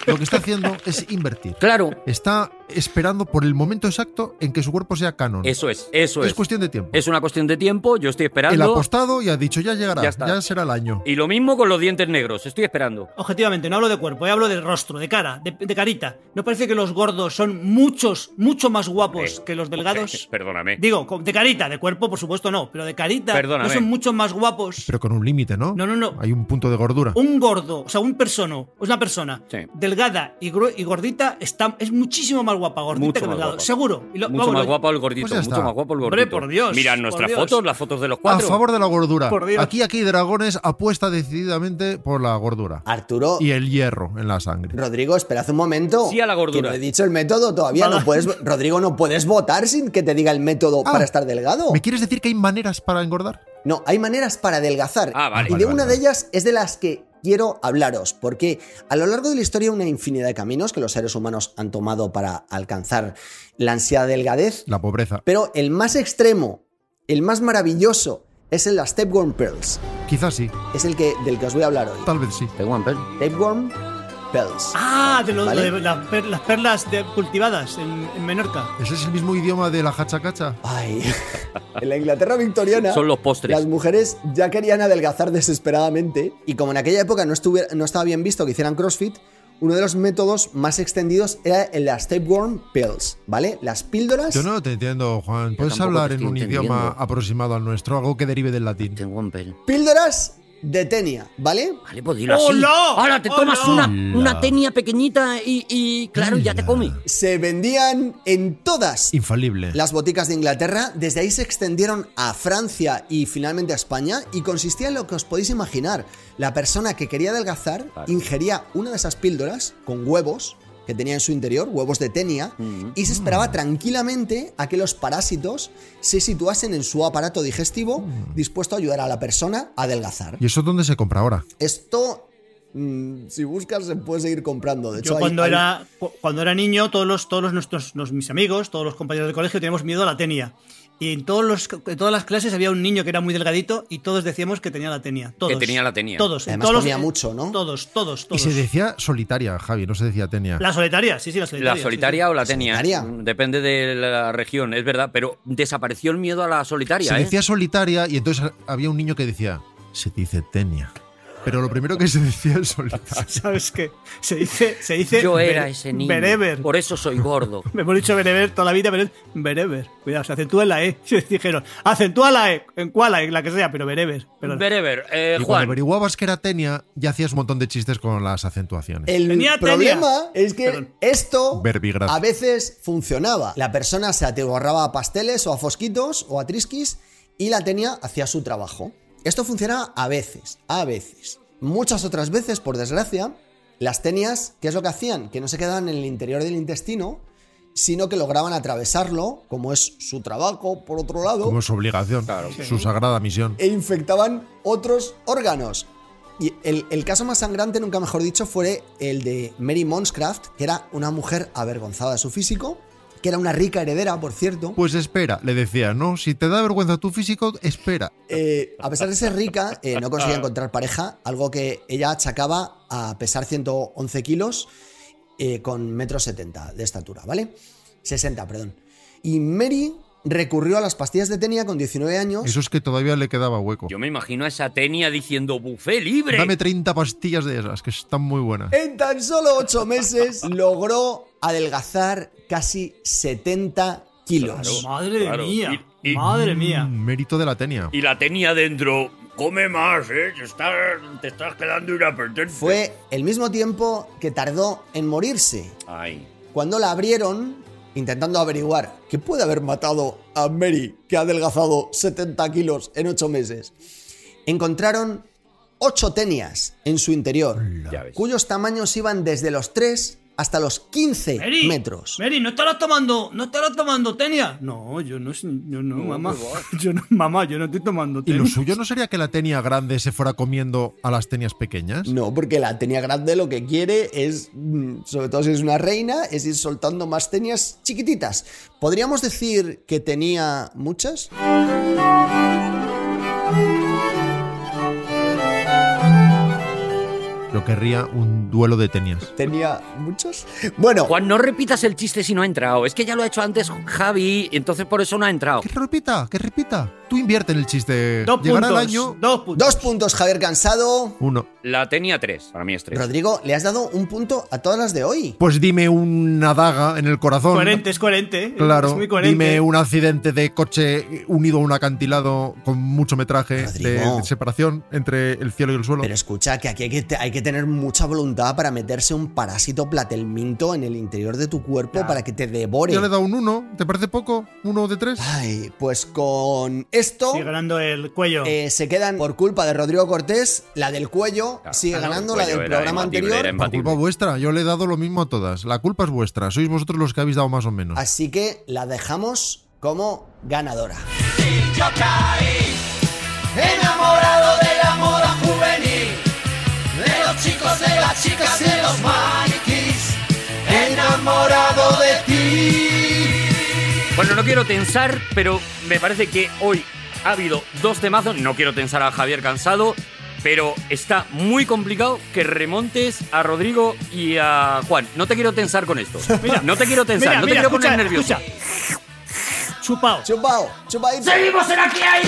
S6: lo que está haciendo es invertir.
S7: Claro,
S6: Está esperando por el momento exacto en que su cuerpo sea canon.
S7: eso es, eso es.
S6: Es cuestión de tiempo.
S7: Es una cuestión de tiempo, yo estoy
S6: El
S7: esperando.
S6: apostado ya ha dicho, ya llegará,
S7: Ya
S6: ya,
S7: está.
S6: será el año.
S7: Y lo mismo con los dientes negros, estoy esperando.
S4: Objetivamente, no hablo de cuerpo, eh, hablo de rostro, de cara, de, de carita. ¿No parece que los gordos son muchos, mucho más guapos
S7: Eh,
S4: que los delgados?
S7: (laughs) Perdóname.
S4: Digo, co- de carita, de cuerpo, por supuesto no, pero de carita
S7: Perdóname.
S4: no son mucho más guapos.
S6: Pero con un límite, ¿no?
S4: No, no, no.
S6: Hay un punto de gordura.
S4: Un gordo, o sea, un persona, una persona
S7: Sí.
S4: delgada y, gru- y gordita está, es muchísimo más guapa, gordita
S7: Mucho
S4: que
S7: más
S4: delgado,
S7: guapa.
S4: seguro. Y lo-
S7: mucho
S4: vámonos.
S7: más guapo el gordito,
S6: Pues ya
S7: mucho
S6: está.
S7: más guapo el gordito.
S4: Hombre, por Dios,
S7: Mirad
S4: por
S7: nuestras
S4: Dios.
S7: fotos, las fotos de los cuatro.
S6: A favor de la gordura.
S4: Por Dios.
S6: Aquí, aquí, Dragones apuesta decididamente por la gordura.
S3: Arturo,
S6: Y el hierro en la sangre.
S3: Rodrigo, esperad un momento.
S7: Sí a la gordura.
S3: Que no he dicho el método todavía. No puedes, Rodrigo, no puedes votar sin que te diga el método
S6: Ah,
S3: para estar delgado.
S6: ¿Me quieres decir que hay maneras para engordar?
S3: No, hay maneras para adelgazar.
S7: Ah, vale.
S3: Y de
S6: Vale,
S3: una
S6: vale,
S3: de ellas es de las que quiero hablaros, porque a lo largo de la historia hay una infinidad de caminos que los seres humanos han tomado para alcanzar la ansiada delgadez,
S6: La pobreza.
S3: pero el más extremo, el más maravilloso, es el de las Stepworm Pearls.
S6: Quizás sí,
S3: Es el que, del que os voy a hablar hoy.
S6: tal vez sí.
S7: Tengo hambre.
S3: Stepworm Pearls.
S4: Ah, de, lo-
S3: ¿Vale?
S4: de las, per- las perlas de- cultivadas en, en Menorca.
S6: Ese es el mismo idioma de la hachacacha.
S3: Ay, (laughs) en la Inglaterra victoriana.
S7: Son los postres.
S3: Las mujeres ya querían adelgazar desesperadamente y como en aquella época no, estuviera- no estaba bien visto que hicieran CrossFit, uno de los métodos más extendidos era el de las tapeworm pills, ¿vale? Las píldoras.
S6: Yo no te entiendo, Juan. ¿Puedes
S7: Pues tampoco te
S6: hablar en
S7: estoy
S6: un
S7: entendiendo.
S6: idioma aproximado al nuestro? Algo que derive del latín.
S7: Tengo hambre.
S3: Píldoras de tenia, ¿vale?
S7: Vale, pues dilo así.
S4: ¡Hola!
S7: Ahora te tomas
S4: ¡Hola!
S7: una, una tenia pequeñita y, y, claro, ya te come.
S3: Se vendían en todas
S6: Infalible.
S3: las boticas de Inglaterra, desde ahí se extendieron a Francia y finalmente a España y consistía en lo que os podéis imaginar. La persona que quería adelgazar ingería una de esas píldoras con huevos que tenía en su interior, huevos de tenia, y se esperaba tranquilamente a que los parásitos se situasen en su aparato digestivo dispuesto a ayudar a la persona a adelgazar.
S6: ¿Y eso dónde se compra ahora?
S3: Esto, mm, si buscas, se puede seguir comprando. De hecho,
S4: Yo
S3: hay-
S4: cuando
S3: hay-
S4: era, cu- cuando era niño, todos los, todos los nuestros, los- mis amigos, todos los compañeros del colegio teníamos miedo a la tenia. Y en, todos los, en todas las clases había un niño que era muy delgadito y todos decíamos que tenía la tenia. Todos.
S7: tenía la tenia.
S4: Todos. en
S3: Además
S4: todos los-
S3: comía mucho, ¿no?
S4: Todos, todos,
S6: Y
S4: todos.
S6: se decía solitaria, Javi, no se decía tenia.
S4: La solitaria, sí, sí, la solitaria.
S7: La solitaria o la tenia.
S5: Mm,
S3: Solitaria.
S7: Depende de la región, es verdad, pero desapareció el miedo a la solitaria.
S6: Se
S7: ¿eh?
S6: decía solitaria y entonces había un niño que decía, se dice tenia. Pero lo primero que se decía es solitaria.
S4: (laughs) ¿Sabes qué? Se dice. Se dice
S7: Yo
S4: bere-
S7: era ese niño.
S4: Bereber.
S7: Por eso soy gordo.
S4: Me hemos dicho bereber toda la vida, pero es bereber. Cuidado, se acentúa en la E. (laughs) Se dijeron, acentúa la E. ¿En cuál? En la que sea, pero bereber. Perdón.
S7: Bereber, eh,
S6: Y cuando
S7: Juan.
S6: averiguabas que era tenia, ya hacías un montón de chistes con las acentuaciones.
S3: El
S4: Tenía
S3: problema es que
S4: Perdón.
S3: esto
S6: Verbigracia.
S3: a veces funcionaba. La persona se atiborraba a pasteles o a fosquitos o a trisquis y la tenía hacia su trabajo. Esto funcionaba a veces, a veces. Muchas otras veces, por desgracia, las tenias, ¿qué es lo que hacían? Que no se quedaban en el interior del intestino, sino que lograban atravesarlo, como es su trabajo, por otro lado
S6: Como su obligación, su sagrada misión.
S3: e infectaban otros órganos. Y el, el caso más sangrante, nunca mejor dicho, fue el de Mary Monscraft, que era una mujer avergonzada de su físico, que era una rica heredera, por cierto.
S6: Pues espera, le decía, no, si te da vergüenza tu físico, espera.
S3: Eh, a pesar de ser rica, eh, no
S6: Ah.
S3: conseguía encontrar pareja, algo que ella achacaba a pesar 111 kilos eh, con metro 70 de estatura, ¿vale? 60, perdón. Y Mary recurrió a las pastillas de tenia con 19 años.
S6: Eso es que todavía le quedaba hueco.
S5: Yo me imagino a esa tenia diciendo bufé libre.
S6: Dame 30 pastillas de esas, que están muy buenas.
S3: En tan solo 8
S5: (laughs)
S3: meses logró adelgazar casi 70 kilos.
S4: Madre
S5: Claro.
S4: mía.
S5: Y- y-
S4: Madre mía.
S6: Mm, Mérito de la tenia.
S5: Y la tenía dentro. Come más, ¿eh? Te estás, te estás quedando inapetente.
S3: Fue el mismo tiempo que tardó en morirse.
S5: Ay.
S3: Cuando la abrieron, intentando averiguar qué puede haber matado a Mary, que ha adelgazado 70 kilos en 8 meses, encontraron 8 tenias en su interior,
S5: Ya ves.
S3: cuyos tamaños iban desde los 3 hasta los 15
S4: Mary,
S3: metros.
S4: Mary, ¿no estarás tomando, no estarás tomando tenia? No, yo no, yo no, mamá. (laughs) Yo no, mamá, yo no estoy tomando (laughs)
S6: ¿Y
S4: tenia.
S6: lo suyo no sería que la tenia grande se fuera comiendo a las tenias pequeñas?
S3: No, porque la tenia grande lo que quiere es, mm, sobre todo si es una reina, es ir soltando más tenias chiquititas. ¿Podríamos decir que tenía muchas?
S6: Yo querría un duelo de tenias.
S3: ¿Tenía muchas? Bueno,
S5: Juan, no repitas el chiste si no ha entrado. Es que ya lo ha hecho antes Javi, entonces por eso no ha entrado.
S6: Que repita, que repita. Tú invierte en el chiste.
S4: Dos
S6: Llegará
S4: puntos.
S6: el año.
S4: Dos puntos.
S3: dos puntos, Javier Cansado.
S6: Uno.
S5: La tenía tres. Para mí es tres.
S3: Rodrigo, le has dado un punto a todas las de hoy.
S6: Pues dime una daga en el corazón.
S4: Coherente, es coherente. ¿eh? Es
S6: Claro,
S4: muy coherente.
S6: dime un accidente de coche unido a un acantilado con mucho metraje de,
S3: Rodrigo.
S6: de separación entre el cielo y el suelo.
S3: Pero escucha, que aquí hay que, te- hay que tener mucha voluntad para meterse un parásito platelminto en el interior de tu cuerpo para que te devore.
S6: Ya le he dado un 1, ¿te parece poco? ¿Uno de tres?
S3: Ay, pues con esto...
S4: Sigue ganando el cuello.
S3: Eh, se quedan por culpa de Rodrigo Cortés, la del cuello,
S5: Claro,
S3: sigue
S5: claro,
S3: ganando
S5: el
S3: la
S5: cuello
S3: del
S5: era
S3: programa
S5: imbatible,
S3: anterior.
S5: era
S6: Por
S5: imbatible.
S6: culpa vuestra, yo le he dado lo mismo a todas. La culpa es vuestra, sois vosotros los que habéis dado más o menos.
S3: Así que la dejamos como ganadora.
S2: Yo caí enamorado de la moda juvenil, de los chicos, de las chicas, de los maniquís, enamorado de ti.
S5: Bueno, no quiero tensar, pero me parece que hoy ha habido dos temazos. No quiero tensar a Javier Cansado, pero está muy complicado que remontes a Rodrigo y a Juan. No te quiero tensar con esto.
S4: (laughs) Mira,
S5: no te quiero tensar,
S4: mira,
S5: no te
S4: mira,
S5: quiero poner
S4: escucha,
S5: nervioso.
S4: escucha. Chupao.
S3: Chupao, chupadito.
S5: ¡Seguimos en Aquí hay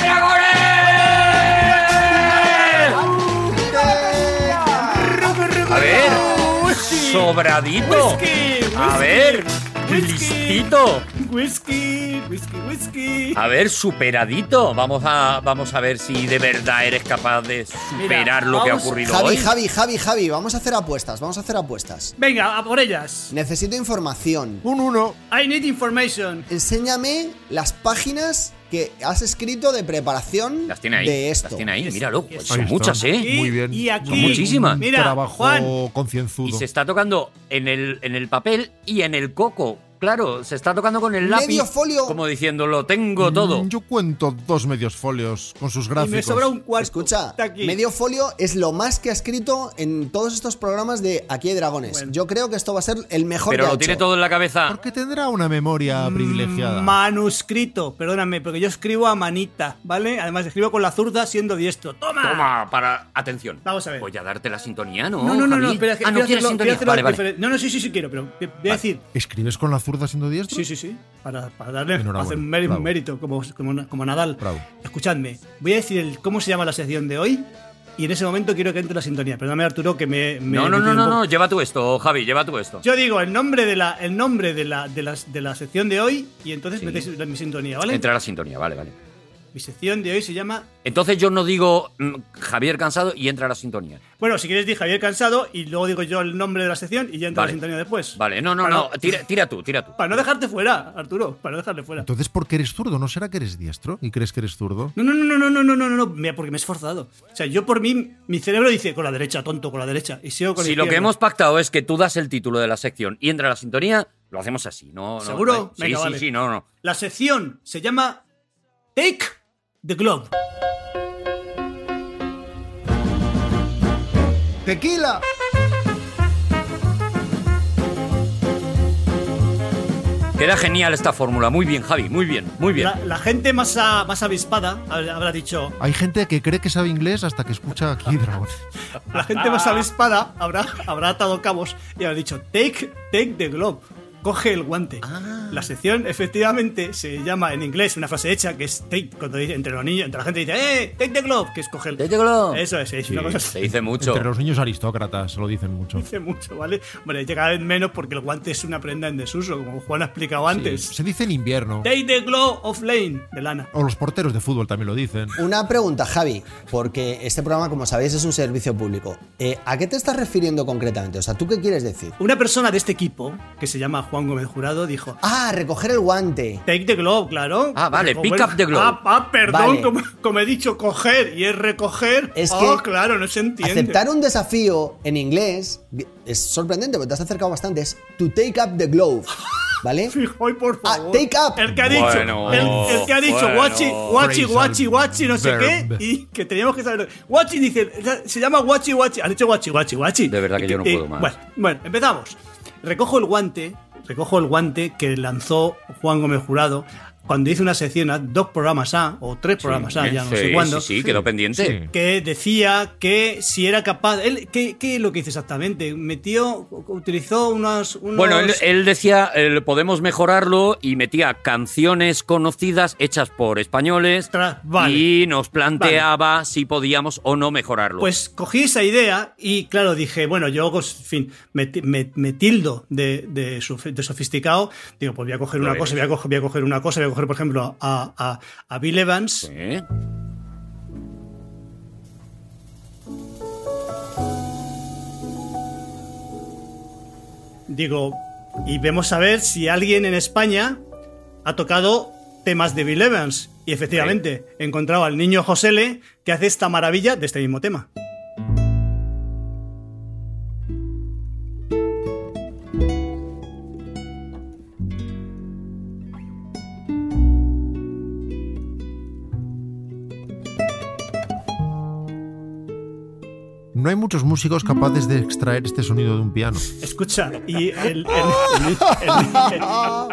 S5: dragones! A ver, sobradito.
S4: Whisky,
S5: A ver,
S4: whisky.
S5: listito.
S4: Whisky, whisky, whisky.
S5: A ver, superadito. Vamos a, vamos a ver si de verdad eres capaz de superar lo que ha
S4: vamos-
S5: ocurrido
S3: Javi,
S5: hoy.
S3: Javi, Javi, Javi, vamos a hacer apuestas, vamos a hacer apuestas.
S4: Venga, a por ellas.
S3: Necesito información.
S6: Un 1.
S4: I need information.
S3: Enséñame las páginas que has escrito de preparación
S5: Las tiene ahí.
S3: de esto.
S5: Las tiene ahí, míralo. Pues
S6: Ahí
S5: son
S6: está.
S5: muchas, ¿eh?
S4: Aquí
S6: Muy bien.
S4: Y aquí.
S5: Son muchísimas.
S4: Mira,
S6: Trabajo
S4: Juan.
S5: Y
S6: concienzudo.
S5: se está tocando en el, en el papel y en el coco. Claro, se está tocando con el lápiz.
S3: Medio folio.
S5: Como diciendo, lo tengo todo.
S6: Mm, Yo cuento dos medios folios con sus
S4: Y
S6: gráficos.
S4: me sobra un cuarto.
S3: Escucha,
S4: Está aquí.
S3: medio folio es lo más que ha escrito en todos estos programas de Aquí hay dragones.
S4: Bueno.
S3: Yo creo que esto va a ser el mejor
S5: Pero
S3: que ha
S5: lo tiene
S3: hecho.
S5: todo en la cabeza.
S6: Porque tendrá una
S4: Mm,
S6: memoria privilegiada.
S4: Manuscrito, perdóname, porque yo escribo a manita, ¿vale? Además, escribo con la zurda siendo diestro. ¡Toma!
S5: Toma, para. Atención.
S4: Vamos a ver.
S5: Voy a darte la sintonía, ¿no?
S4: No, no, no,
S5: Javi?
S4: no, espera, que
S5: Ah,
S4: quiero
S5: no
S4: hacerlo-
S5: quieres
S4: quiero
S5: sintonía.
S4: hacerlo
S5: Vale, vale.
S4: diferente. No, no, sí, sí, sí quiero, pero voy a decir.
S6: ¿Escribes con la zurda siendo diestro?
S4: Sí, sí, sí. Para, para darle
S6: Enhorabuena,
S4: hacer un mérito,
S6: bravo.
S4: mérito, como, como, como Nadal.
S6: Bravo.
S4: Escuchadme, voy a decir el, cómo se llama la sección de hoy y en ese momento quiero que entre la sintonía. Perdóname, Arturo, que me. me
S5: No, no,
S4: he metido
S5: no,
S4: un
S5: no,
S4: poco.
S5: no, lleva tú esto, Javi, lleva tú esto.
S4: Yo digo el nombre de la, el nombre de la, de las, de la sección de hoy y entonces metéis la- mi sintonía, ¿vale?
S5: Entra la sintonía, vale, vale.
S4: Mi sección de hoy se llama.
S5: Entonces yo no digo mm, Javier cansado y entra la sintonía.
S4: Bueno, si quieres, di Javier Cansado y luego digo yo el nombre de la sección y ya entra
S5: Vale.
S4: la sintonía después.
S5: Vale, no, no,
S4: Para
S5: no, tira, tira tú, tira tú.
S4: Para no dejarte fuera, Arturo, para no dejarle fuera.
S6: Entonces, ¿por qué eres zurdo? ¿No será que eres diestro? ¿Y crees que eres zurdo?
S4: No, no, no, no, no, no, no, no, no, no, mira, porque me he esforzado. O sea, yo por mí, mi cerebro dice con la derecha, tonto, con la derecha, y sigo con la
S5: Si lo que
S4: izquierda.
S5: hemos pactado es que tú das el título de la sección y entra la sintonía, lo hacemos así, ¿no? no-
S4: ¿Seguro?
S5: no- sí,
S4: Venga,
S5: sí,
S4: vale.
S5: sí, no, no.
S4: La sección se llama Take the Globe.
S6: ¡Tequila!
S5: Queda genial esta fórmula, muy bien, Javi, muy bien, muy bien.
S4: La, la gente más, a- más avispada hab- habrá dicho,
S6: Hay gente que cree que sabe inglés hasta que
S4: (laughs)
S6: escucha aquí Dragon.
S5: Ah.
S4: la gente más avispada habrá, habrá atado cabos y habrá dicho Take, take the Globe. coge el guante.
S5: Ah.
S4: La sección efectivamente se llama en inglés una frase hecha que es take, cuando dice- entre los niños, entre la gente dice, ¡eh! Take the glove, que es coger el. Take
S5: the glove.
S4: Eso es, es una cosa así.
S6: Entre los niños aristócratas se lo dicen mucho.
S4: Dice mucho, ¿vale? Bueno, y cada vez menos porque el guante es una prenda en desuso, como Juan ha explicado antes.
S6: Se dice en invierno.
S4: Take the glove of lane, de lana.
S6: O los porteros de fútbol también lo dicen.
S3: Una pregunta, Javi, porque este programa, como sabéis, es un servicio público. Eh, ¿A qué te estás refiriendo concretamente? O sea, ¿tú qué quieres decir?
S4: Una persona de este equipo, que se llama Juan Gómez Jurado, dijo:
S3: Ah, recoger el guante.
S4: Take the glove, claro.
S5: Ah, vale,
S4: Como
S5: pick
S4: el-
S5: up the glove.
S4: Ah, ah, perdón,
S3: Vale.
S4: como, como he dicho, coger y es recoger.
S3: Es
S4: oh,
S3: que
S4: claro, no se entiende.
S3: Aceptar un desafío en inglés vi- es sorprendente, porque te has acercado bastante. Es to take up the glove. ¿Vale?
S4: (laughs) Fijo, por
S3: favor. Ah, take up.
S4: El que ha dicho,
S5: Bueno,
S4: el, el que ha dicho
S5: bueno.
S4: guachi, guachi,
S5: Phrasal
S4: guachi, guachi, no sé qué,
S5: verb.
S4: y que teníamos que saber. Guachi dice, se llama guachi, guachi, han hecho guachi, guachi, guachi. De verdad
S5: que yo no puedo más.
S4: Eh, Bueno, bueno, empezamos. Recojo el guante, recojo el guante que lanzó Juan Gómez Jurado cuando hizo una sección, a dos programas A, o tres programas A, ya no
S5: Sí,
S4: sé cuándo.
S5: Sí, sí, quedó pendiente.
S4: que decía que si era capaz. Él, ¿qué, qué es lo que hizo exactamente? Metió, utilizó unas. unos-
S5: Bueno, él, él decía, eh, podemos mejorarlo y metía canciones conocidas hechas por españoles y nos planteaba si podíamos o no mejorarlo.
S4: Pues cogí esa idea y, claro, dije, bueno, yo, pues, en fin, me, ti- me- me tildo de, de sof- de sofisticado. Digo, pues voy a coger
S5: Lo
S4: una cosa, voy
S5: eres.
S4: a coger, voy a coger una cosa, voy a coger, por ejemplo, a, a- a Bill Evans. Digo, y vemos a ver si alguien en España ha tocado temas de Bill Evans. Y efectivamente, he encontrado al niño José L. que hace esta maravilla de este mismo tema.
S6: No hay muchos músicos capaces de extraer este sonido de un piano.
S4: Escucha, y el, el- el-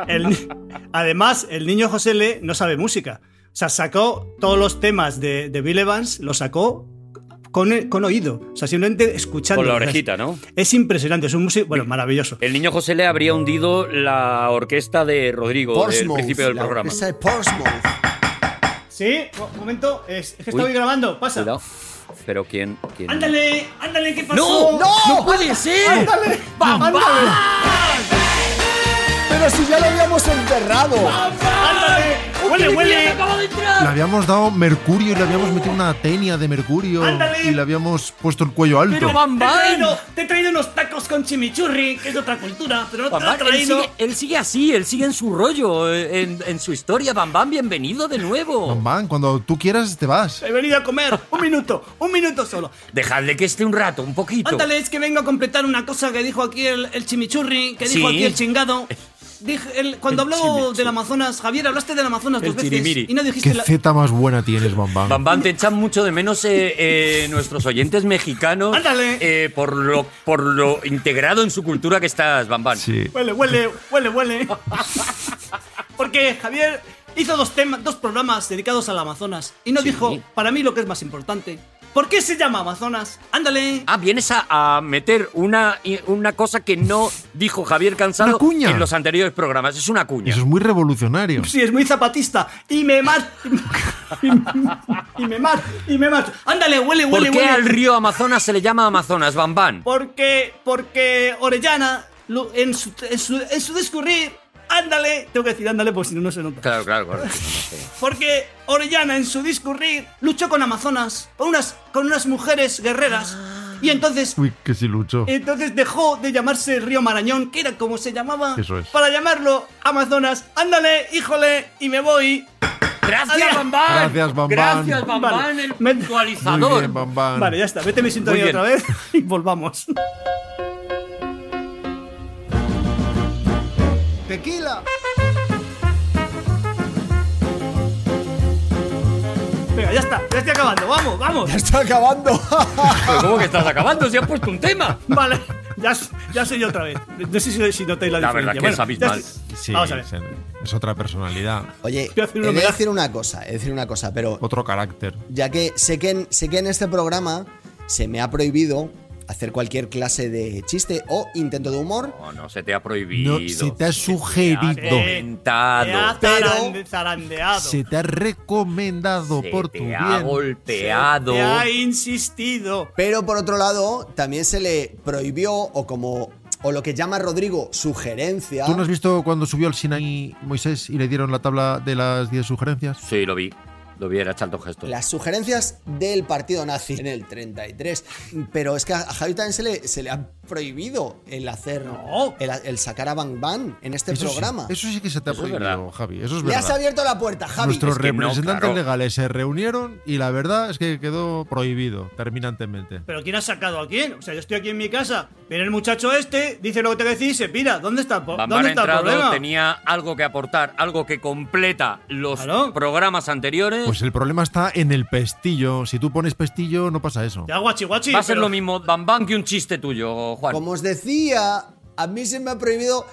S4: el- el- además el niño José L no sabe música. O sea, sacó todos los temas de, de Bill Evans, lo sacó con, con oído. O sea, simplemente escuchando.
S5: Con la orejita, Eh. ¿no?
S4: Es impresionante, es un músico, bueno, maravilloso.
S5: El niño José le habría hundido la orquesta de Rodrigo del
S4: Portsmouth,
S5: principio del
S4: la
S5: programa.
S4: orquesta Sí, un momento, es, es que estoy
S5: Uy.
S4: grabando, pasa.
S5: Cuidado. Pero quién. quién?
S4: Ándale, ándale, ¿qué
S5: ¡No!
S4: pasó?
S5: ¡No! ¡No puede ser!
S4: ¡Ándale!
S5: ¡Bam,
S4: ándale!
S3: Pero si ya lo habíamos enterrado.
S4: ¡Ándale! ¡Huele, huele!
S6: Le habíamos dado mercurio y le habíamos metido una tenia de mercurio
S4: Ándale.
S6: y le habíamos puesto el cuello alto.
S4: te, he traído, te he traído unos tacos con chimichurri, que es de otra cultura, pero no te lo he
S5: Bam, él,
S4: traído.
S5: sigue, él sigue así, él sigue en su rollo, eh, en, en su historia. Bam Bam, bienvenido de nuevo.
S6: Van, van, Oh. cuando tú quieras te vas.
S4: He venido a comer. Un minuto, un minuto solo.
S5: Dejadle que esté un rato, un poquito.
S4: Ándale, es que vengo a completar una cosa que dijo aquí el, el chimichurri, que dijo
S5: Sí.
S4: aquí el
S5: (laughs)
S4: chingado. Dije, el- cuando habló del Amazonas, Javier, hablaste del Amazonas
S5: El
S4: dos veces
S5: chirimiri.
S4: y no dijiste
S6: Qué
S4: la...
S6: zeta más buena tienes, Van Van.
S5: Bam Bam, te echan mucho de menos eh, eh, nuestros oyentes mexicanos eh, por, lo, por lo integrado en su cultura que estás, Bam Bam.
S6: Sí.
S4: Huele, huele, huele, huele. (laughs) Porque Javier hizo dos, temas, dos programas dedicados al Amazonas y no dijo, para mí, lo que es más importante. ¿Por qué se llama Amazonas? Ándale.
S5: Ah, vienes a, a meter una, i- una cosa que no dijo Javier Cansado
S6: Una cuña.
S5: en los anteriores programas. Es una cuña.
S6: Eso es muy revolucionario.
S4: Sí, es muy zapatista. Y me mato. (laughs) Y me mato. Y me mato. Ándale, huele,
S5: ¿Por
S4: huele,
S5: qué
S4: huele.
S5: al río Amazonas se le llama Amazonas, Bam Bam?
S4: Porque, porque Orellana, lo- en su, en su- en su discurrir, ándale. Tengo que decir ándale porque si no, no se nota.
S5: Claro, claro, claro.
S4: Porque Orellana, en su discurrir, luchó con Amazonas, con unas, con unas mujeres guerreras. Y entonces,
S6: Uy, que sí lucho.
S4: entonces dejó de llamarse el río Marañón, que era como se llamaba,
S6: Eso es.
S4: para llamarlo Amazonas. Ándale, híjole, y me voy.
S5: Gracias,
S4: Bambán.
S6: Gracias, Van Van.
S4: Gracias, Bam Bam, el
S6: Muy bien, Van Van.
S4: Vale, ya está. Vete mi sintonía
S6: Muy bien.
S4: otra vez (laughs) y volvamos.
S3: Tequila.
S4: Venga, ya está. Ya estoy acabando. Vamos, vamos.
S3: Ya está acabando.
S5: ¿Pero ¿Cómo que estás acabando? Si has puesto un tema.
S4: Vale. Ya, ya soy yo otra vez. No sé si, si notáis la,
S5: La
S4: diferencia.
S5: verdad que
S4: Bueno,
S5: es
S4: ya
S5: abismal.
S4: estoy-
S6: Sí,
S4: Vamos a ver.
S6: es, es otra personalidad,
S3: Oye,
S4: Voy a hacer un
S3: he de
S4: homenaje.
S3: decir una cosa, he de decir una cosa, pero
S6: otro carácter.
S3: ya que sé que en, sé que en este programa se me ha prohibido hacer cualquier clase de chiste o intento de humor.
S5: No, no se te ha prohibido.
S6: No, se te ha sugerido.
S5: Te ha comentado.
S4: Te Eh, ha zarande- zarandeado.
S6: Se te ha recomendado
S5: Se
S6: por tu
S5: te
S6: bien.
S5: ha golpeado.
S4: Te ha insistido.
S3: Pero por otro lado, también se le prohibió, o como. O lo que llama Rodrigo sugerencia.
S6: ¿Tú no has visto cuando subió al Sinaí Moisés y le dieron la tabla de las 10 sugerencias?
S5: Sí, lo vi. Lo vi, era Charlton Heston.
S3: Las sugerencias del partido nazi en el 33. Pero es que a Javi también se le, se le ha prohibido el hacer. El, el sacar a Bang Bang en este
S6: Eso sí,
S3: programa.
S6: eso sí que se te ha
S5: Eso es
S6: prohibido,
S5: verdad.
S6: Javi. Eso es
S3: Le has
S6: verdad.
S3: abierto la puerta, Javi.
S6: Nuestros
S5: Es que no,
S6: representantes
S5: claro.
S6: legales se reunieron y la verdad es que quedó prohibido terminantemente.
S4: ¿Pero quién ha sacado a quién? O sea, yo estoy aquí en mi casa, viene el muchacho este, dice lo que te decís y se pira. ¿Dónde está, el po-
S5: Van
S4: ¿dónde está el
S5: entrado,
S4: problema?
S5: tenía algo que aportar, algo que completa los
S4: Claro.
S5: programas anteriores.
S6: Pues el problema está en el pestillo. Si tú pones pestillo, no pasa eso.
S4: Te hago a chihuachi,
S5: Va a ser
S4: pero-
S5: lo mismo Bam Bam que un chiste tuyo, Juan.
S3: Como os decía, a mí se me ha prohibido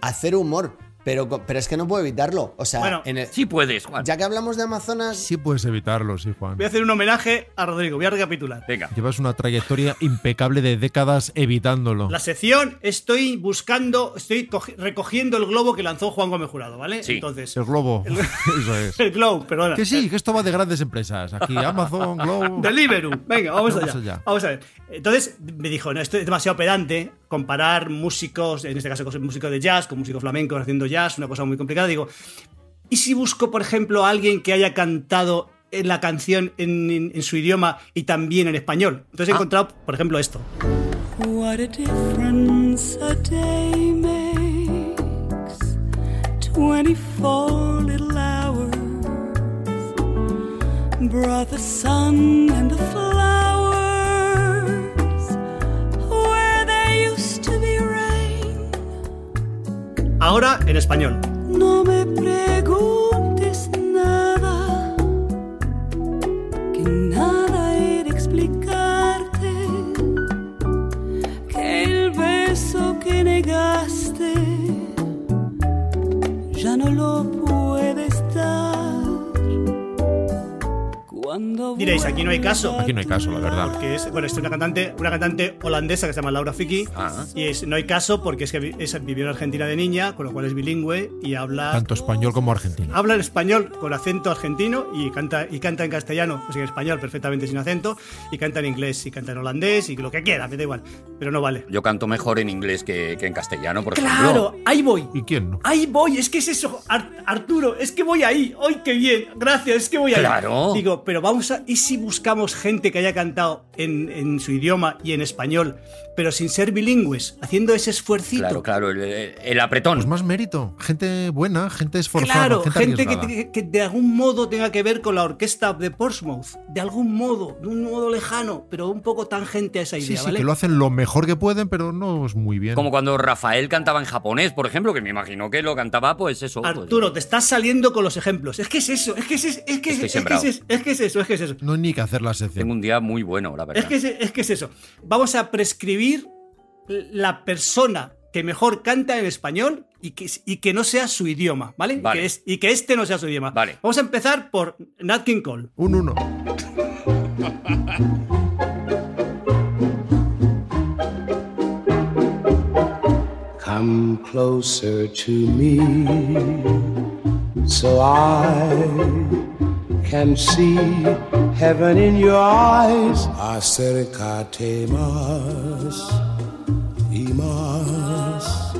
S3: hacer humor. Pero, co- pero es que no puedo evitarlo. O sea,
S4: Bueno,
S3: en el-
S5: Sí puedes, Juan.
S3: ya que hablamos de Amazonas,
S6: Sí puedes evitarlo, sí, Juan.
S4: Voy a hacer un homenaje a Rodrigo, voy a recapitular.
S5: Venga.
S6: Llevas una trayectoria impecable de décadas evitándolo.
S4: La sección estoy buscando, estoy cogi- recogiendo el globo que lanzó Juan Gómez Jurado, ¿vale?
S5: Sí.
S4: Entonces,
S6: El globo. (laughs) Eso es.
S4: el globo, perdona.
S6: Que sí, que esto va de grandes empresas. Aquí Amazon,
S4: (laughs)
S6: Globo.
S4: Uh. Deliveroo. Venga, vamos,
S6: Vamos
S4: allá.
S6: allá.
S4: Vamos a ver. Entonces me dijo, no, esto es demasiado pedante comparar músicos, en este caso con músicos de jazz, con músicos flamencos haciendo jazz, una cosa muy complicada. Digo, ¿y si busco, por ejemplo, a alguien que haya cantado en la canción en, en- en su idioma y también en español? Entonces he encontrado, por ejemplo, esto.
S11: What a difference a day makes. 24 little hours brought the sun and the flowers where there used to be rain.
S4: Ahora en español.
S11: No me preguntes nada, que nada he de explicarte, que el beso que negaste ya no lo puedes dar. Cuando
S4: Diréis, aquí no hay caso.
S6: Aquí no hay caso, la verdad.
S4: que es, bueno, es una cantante, una cantante holandesa que se llama Laura Ficky. Y es, no hay caso porque es que vi- es- vivió en Argentina de niña, con lo cual es bilingüe y habla.
S6: Tanto español como argentino.
S4: Habla en español con acento argentino y canta, y canta en castellano, o sea, en español perfectamente sin acento, y canta en inglés, y canta en holandés, y lo que quiera, me da igual, pero no vale.
S5: Yo canto mejor en inglés que, que en castellano, por
S4: Claro,
S5: ejemplo.
S4: ahí voy.
S6: ¿Y quién no?
S4: Ahí voy, es que es eso, Ar- Arturo, es que voy ahí, hoy qué bien, gracias, es que voy ahí.
S5: Claro.
S4: Digo, pero vamos a, ¿y si buscamos gente que haya cantado en, en su idioma y en español, pero sin ser bilingües, haciendo ese esfuercito?
S5: Claro, claro, el, el apretón.
S6: Pues más mérito. Gente buena, gente esforzada.
S4: Claro, gente, que,
S6: arriesgada.
S4: que- que de algún modo tenga que ver con la orquesta de Portsmouth, de algún modo, de un modo lejano, pero un poco tangente a esa idea,
S6: Sí, sí,
S4: ¿vale?
S6: que lo hacen lo mejor que pueden, pero no es muy bien.
S5: Como cuando Rafael cantaba en japonés, por ejemplo, que me imagino que lo cantaba, pues eso. pues-
S4: Arturo, te estás saliendo con los ejemplos. Es que es eso, es que es, es que es,
S5: Estoy
S4: es que
S5: sembrado.
S4: es, es que es eso, es que es eso.
S6: No hay ni que hacer la
S5: tengo
S6: sección.
S5: un día muy bueno, la verdad.
S4: Es que es, es que es eso. Vamos a prescribir la persona que mejor canta en español y que, y que no sea su idioma, ¿vale?
S5: Vale.
S4: Que es- y que este no sea su idioma.
S5: Vale.
S4: Vamos a empezar por Nat King Cole.
S6: Un 1.
S2: Come closer to me so I can see heaven in your eyes. Acercate más y más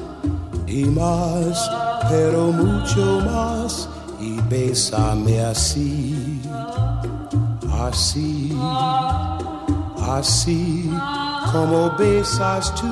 S2: y más, pero mucho más y bésame así, así, así como besas tú.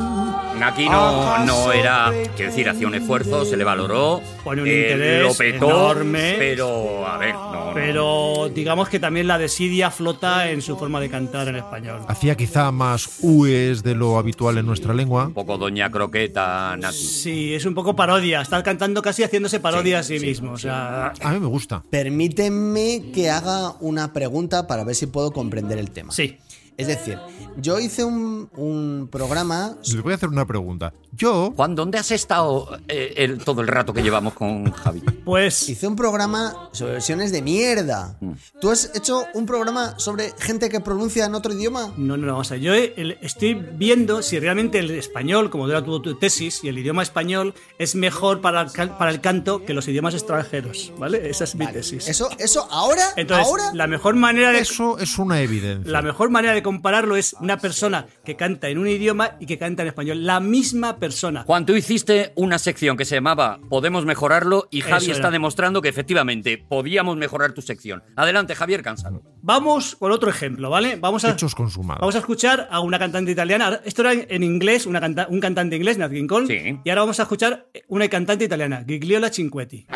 S5: Aquí no, no era, quiero decir, hacía un esfuerzo, se le valoró,
S4: Pone un
S5: eh,
S4: interés
S5: lo petó,
S4: enorme.
S5: pero a ver, no, no.
S4: Pero digamos que también la desidia flota en su forma de cantar en español.
S6: Hacía quizá más UEs de lo habitual en nuestra lengua.
S5: un poco Doña Croqueta, Nati.
S4: Sí, es un poco parodia. Está cantando casi haciéndose parodia
S5: Sí,
S4: a sí,
S5: sí,
S4: mismo. o sea,
S6: A mí me gusta.
S3: permíteme que haga una pregunta para ver si puedo comprender el tema.
S4: sí.
S3: Es decir, yo hice un, un programa.
S6: Les voy a hacer una pregunta. Yo.
S5: Juan, ¿dónde has estado eh, el- todo el rato que llevamos con Javi?
S4: Pues.
S3: Hice un programa sobre versiones de mierda.
S4: Mm.
S3: ¿Tú has hecho un programa sobre gente que pronuncia en otro idioma?
S4: No, no, no. O sea, yo eh, el- estoy viendo si realmente el español, como era tu, tu tesis, y el idioma español es mejor para el, cal- para el canto que los idiomas extranjeros, ¿vale? Esa es mi tesis.
S3: Eso, eso ahora,
S4: Entonces,
S3: ahora.
S4: la mejor manera de
S6: Eso es una evidencia.
S4: La mejor manera de compararlo es una persona que canta en un idioma y que canta en español. La misma persona.
S5: Juan, tú hiciste una sección que se llamaba Podemos mejorarlo y Javi
S4: Eso era.
S5: está demostrando que efectivamente podíamos mejorar tu sección. Adelante, Javier Cansado.
S4: Vamos con otro ejemplo, ¿vale? Vamos a,
S6: Hechos consumados.
S4: vamos a escuchar a una cantante italiana. Ahora, Esto era en en inglés, una canta- un cantante inglés, Nat King Cole. Y ahora vamos a escuchar una cantante italiana, Gigliola Cinquetti.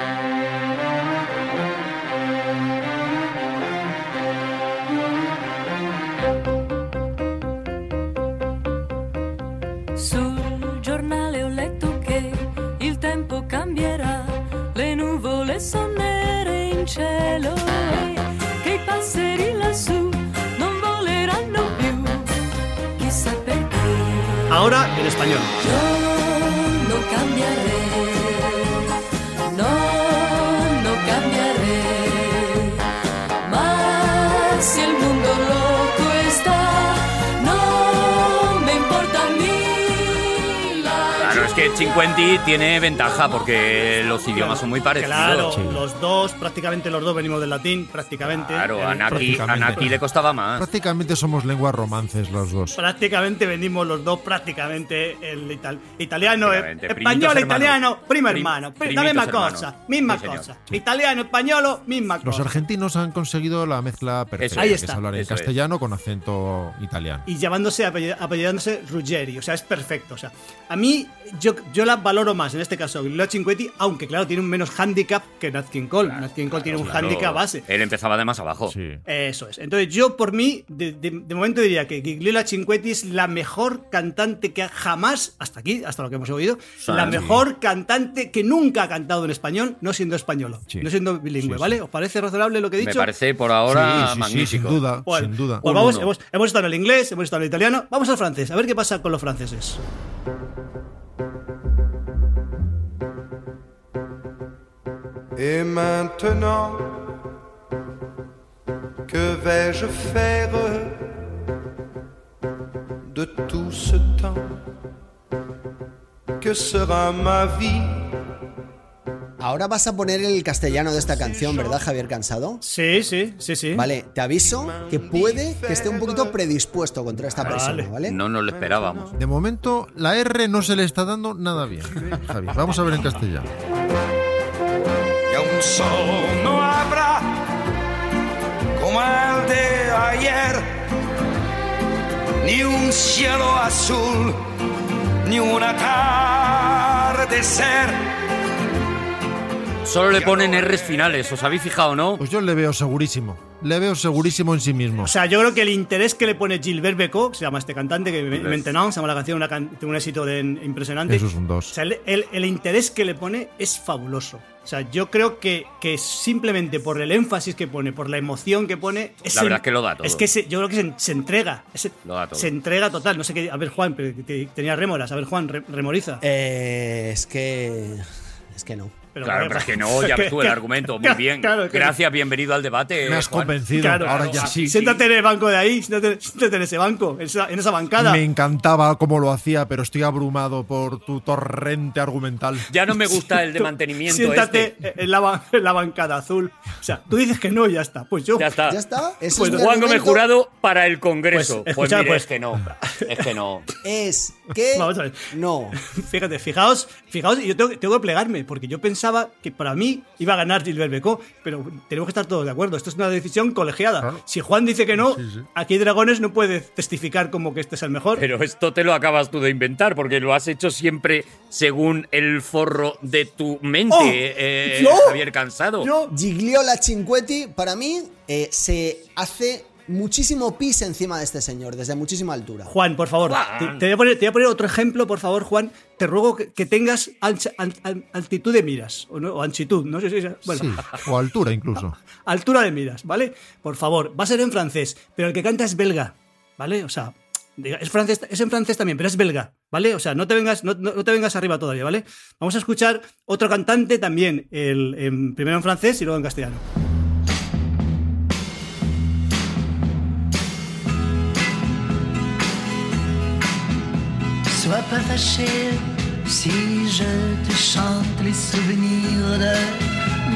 S11: Sul giornale ho letto che il tempo cambierà, le nuvole sono nere in cielo e che i passeri lassù non voleranno più. Chissà perché
S4: Ahora en español.
S11: yo no cambiaré, no, no cambiaré. Mas si el mundo loco está, no me importa a mí la
S5: Claro, es que 50 tiene ventaja porque los idiomas son muy parecidos.
S4: Claro, los dos, prácticamente los dos venimos del latín, prácticamente.
S5: Claro,
S4: Eh,
S5: a Naki, a
S6: Prácticamente.
S5: Naki le costaba más.
S6: Prácticamente somos lenguas romances los dos.
S4: Prácticamente venimos los dos, prácticamente el ital- italiano, eh,
S6: Prácticamente,
S4: español,
S6: primitos
S4: italiano,
S6: hermanos.
S4: primo
S6: Prim-
S4: hermano, pri- la
S6: primitos
S4: misma
S6: hermanos.
S4: cosa, misma
S6: Sí, señor.
S4: cosa. Italiano, español, misma
S6: Los
S4: cosa.
S6: argentinos han conseguido la mezcla perfecta,
S4: Ahí
S6: que
S4: está.
S6: es hablar en
S4: Eso es.
S6: castellano con acento italiano.
S4: Y llamándose, apell- apellidándose Ruggeri, o sea, es perfecto. O sea, a mí, yo, yo la valoro más, en este caso, Lo Cinquetti, aunque claro, tiene un menos handicap que Nat King Cole. Nat King Cole tiene un
S5: Claro, Eh.
S4: handicap base.
S5: Él empezaba de más abajo.
S4: Eso es. Entonces, yo por mí, de, de- de momento diría que Gigliola Cinquetti es la mejor cantante que ha- jamás, hasta aquí, hasta lo que hemos oído,
S5: Sí.
S4: la mejor cantante que nunca ha cantado en español, no siendo española, no siendo bilingüe, ¿vale? ¿Os parece razonable lo que he
S5: Me
S4: dicho?
S5: parece por ahora
S6: Sí, sí, sí,
S5: magnífico.
S6: sin duda,
S4: Pues-
S6: sin duda.
S4: pues vamos, hemos, hemos estado en el inglés, hemos estado en el italiano, vamos al francés, a ver qué pasa con los franceses.
S16: Et maintenant, que vais-je faire de tout ce temps Que sera ma vie
S3: Ahora vas a poner el castellano de esta canción, ¿verdad, Javier Cansado?
S4: Sí, sí, sí, sí.
S3: Vale, te aviso que puede que esté un poquito predispuesto contra esta persona, ¿vale?
S5: No nos lo esperábamos.
S6: De momento, la R no se le está dando nada bien. Javi, vamos a ver en castellano.
S2: Y aún sol no habrá como el de ayer, ni un cielo azul, ni un atardecer.
S4: pues,
S5: Solo le ponen R's finales, ¿os habéis fijado, no?
S6: Pues yo le veo segurísimo. Le veo segurísimo en sí mismo.
S4: O sea, yo creo que el interés que le pone Gilbert Becot, que se llama este cantante, que
S6: Gilbert.
S4: Maintenant, se llama la canción, una can- un éxito de- impresionante.
S6: Eso es un
S4: O
S6: 2.
S4: sea, el, el- el interés que le pone es fabuloso. O sea, yo creo que, que simplemente por el énfasis que pone, por la emoción que pone.
S5: La verdad es que lo da todo.
S4: Es que se- yo creo que se, se entrega. se-
S5: Lo da todo.
S4: Se entrega total. No sé qué. A ver, Juan, pero que te- tenía rémoras. A ver, Juan, re- remoriza.
S3: Eh, es que. Es que no.
S5: claro, pero es que no,
S4: (laughs)
S5: ya ves tú el argumento. Muy bien.
S4: pues. claro, que-
S5: Gracias, bienvenido al debate.
S6: Me has
S5: Juan.
S6: convencido, ahora ya sí.
S4: Siéntate en el banco de ahí, siéntate, siéntate en ese banco, en esa, en esa bancada.
S6: Me encantaba cómo lo hacía, pero estoy abrumado por tu torrente argumental.
S4: (laughs)
S5: Ya no me gusta el de mantenimiento.
S4: Siéntate
S5: este.
S4: en, la, ban- en la bancada azul. O sea, tú dices que no, ya está. Pues yo.
S5: Ya está.
S4: Ya
S3: está.
S5: Pues Juan Gómez Jurado para el Congreso. Pues,
S4: Pues, escucha,
S5: mira,
S4: pues-
S5: es que no. Es
S4: (laughs)
S5: que no.
S3: Es que.
S4: Vamos a ver.
S3: No.
S4: (laughs) Fíjate, fijaos, fijaos, y yo tengo, que- tengo que plegarme, porque yo pensaba que para mí iba a ganar Gilbert Becot, pero tenemos que estar todos de acuerdo. Esto es una decisión colegiada. Si Juan dice que no, aquí Dragones no puede testificar como que este es el mejor.
S5: Pero esto te lo acabas tú de inventar porque lo has hecho siempre según el forro de tu mente,
S3: Oh,
S5: eh,
S3: ¿yo?
S5: Javier Cansado.
S3: Gigliola Cinquetti, para mí, eh, se hace muchísimo pis encima de este señor, desde muchísima altura.
S4: Juan, por favor, te, te voy a poner, te voy a poner otro ejemplo, por favor, Juan. Te ruego que, que tengas ancha- an- an- altitud de miras, o, no, o anchitud, no sé si es- bueno, (laughs)
S6: Sí, o altura incluso.
S4: altura de miras, ¿vale? Por favor, va a ser en francés, pero el que canta es belga. ¿vale? O sea, diga- es, francés, es en francés también, pero es belga, ¿vale? O sea, no te vengas, no, no- no te vengas arriba todavía, ¿vale? Vamos a escuchar otro cantante también, el, en- primero en francés y luego en castellano.
S17: Sois pas fâché si je te chante les souvenirs de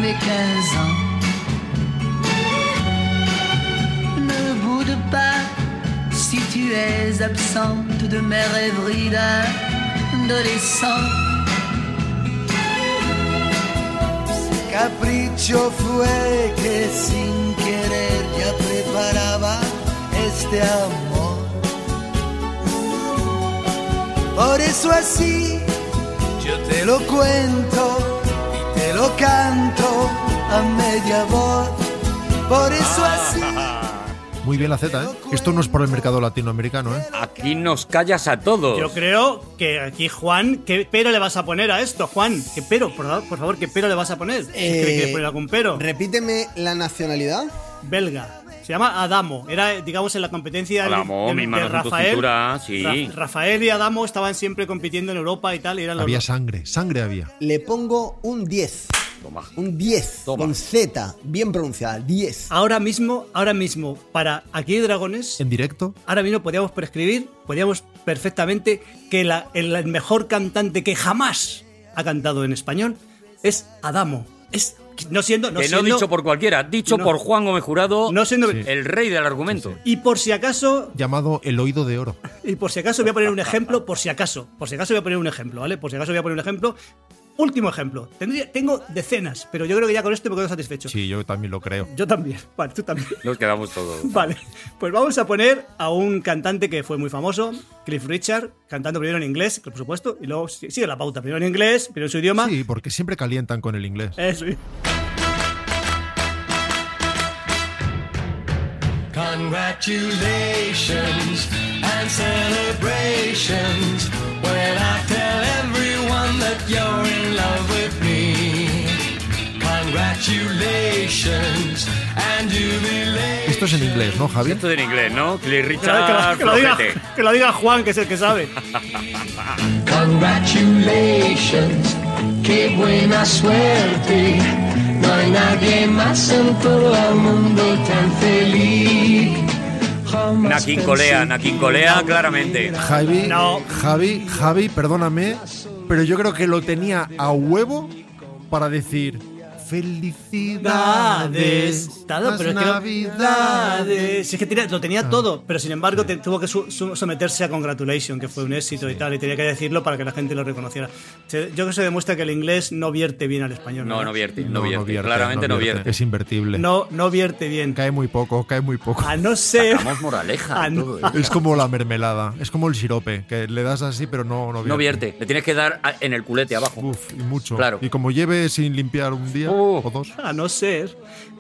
S17: mes 15 ans. Ne boude pas si tu es absente de mes rêveries d'adolescent.
S3: Capricho fue que sin querer ya preparaba este amor. Por eso así yo te lo cuento y te lo canto a media voz. Por eso así.
S6: Muy bien la Z, ¿eh? Esto no es por el mercado latinoamericano, ¿eh?
S5: Aquí nos callas a todos.
S4: Yo creo que aquí, Juan, ¿qué pero le vas a poner a esto, Juan? ¿Qué pero? Por, favor- por favor, ¿qué pero le vas a poner? Si es que le
S18: Eh,
S4: quieres poner algún pero.
S18: Repíteme la nacionalidad.
S4: Belga. Se llama Adamo. Era, digamos, en la competencia de-
S5: Adamo,
S4: de,
S5: mis
S4: de
S5: manos en tu
S4: Rafael.
S5: cintura, sí.
S4: Ra- Rafael y Adamo estaban siempre compitiendo en Europa y tal. Y eran los
S6: Había sangre, sangre había.
S18: Le pongo un 10. Un 10. Con Z, bien pronunciada, 10.
S4: Ahora mismo, ahora mismo, para Aquí hay Dragones.
S6: En directo.
S4: Ahora mismo podíamos prescribir, podíamos perfectamente que la- el, el mejor cantante que jamás ha cantado en español es Adamo. Es, no siendo. No
S5: que no
S4: siendo,
S5: dicho por cualquiera, dicho
S4: no-
S5: por Juan Gómez Jurado,
S4: no siendo-
S5: el rey del argumento.
S4: Y por si acaso,
S6: Llamado El Oído de Oro.
S4: Y por si acaso voy a poner un ejemplo, por si acaso, por si acaso voy a poner un ejemplo, ¿vale? Por si acaso voy a poner un ejemplo. Último ejemplo. Tendría, tengo decenas, pero yo creo que ya con esto me quedo satisfecho.
S6: Sí, yo también lo creo.
S4: Yo también. (laughs) Vale, tú también.
S5: Nos quedamos todos.
S4: Vale, pues vamos a poner a un cantante que fue muy famoso, Cliff Richard, cantando primero en inglés, por supuesto, y luego si- sigue la pauta, primero en inglés, primero en su idioma.
S6: Sí, porque siempre calientan con el inglés.
S4: Eso. y-
S19: Congratulations and celebrations when I tell everyone that you're in love with me. Congratulations and jubilations.
S6: Esto es en inglés, ¿no, Javi?
S5: Esto es en inglés, ¿no? Cliff
S4: Que lo- que lo-
S5: Richard,
S4: que lo diga-
S5: flojete.
S4: que lo diga Juan, que es el que sabe.
S19: Congratulations, qué buena suerte. No hay nadie más en todo el mundo tan feliz. Jamás
S5: Nakin
S19: pensé
S5: Colea, Nakin Colea, claramente.
S6: Javi, Javi, Javi, perdóname, pero yo creo que lo tenía a huevo para decir felicidades.
S4: Todo,
S6: las
S4: pero es que lo-
S6: navidades.
S4: Si es que tenía- lo
S5: Ah.
S4: tenía todo, pero sin embargo te- tuvo que su- su- someterse a Congratulation, que fue un éxito y tal, y tenía que decirlo para que la gente lo reconociera. Se- yo creo que se demuestra que el inglés no vierte bien al español.
S5: No,
S4: ¿verdad?
S5: no vierte, no vierte. Claramente no vierte.
S6: Es invertible.
S4: No, no vierte bien.
S6: Cae muy poco, cae muy poco.
S4: A no ser.
S5: moraleja.
S4: (laughs)
S5: ¿eh?
S4: Ah, no. todo
S6: Es como la mermelada, es como el sirope, que le das así pero no, no vierte.
S5: No vierte, le tienes que dar a- en el culete abajo.
S6: Uf, y mucho.
S5: Claro.
S6: Y como lleve sin limpiar un día o dos.
S4: A no ser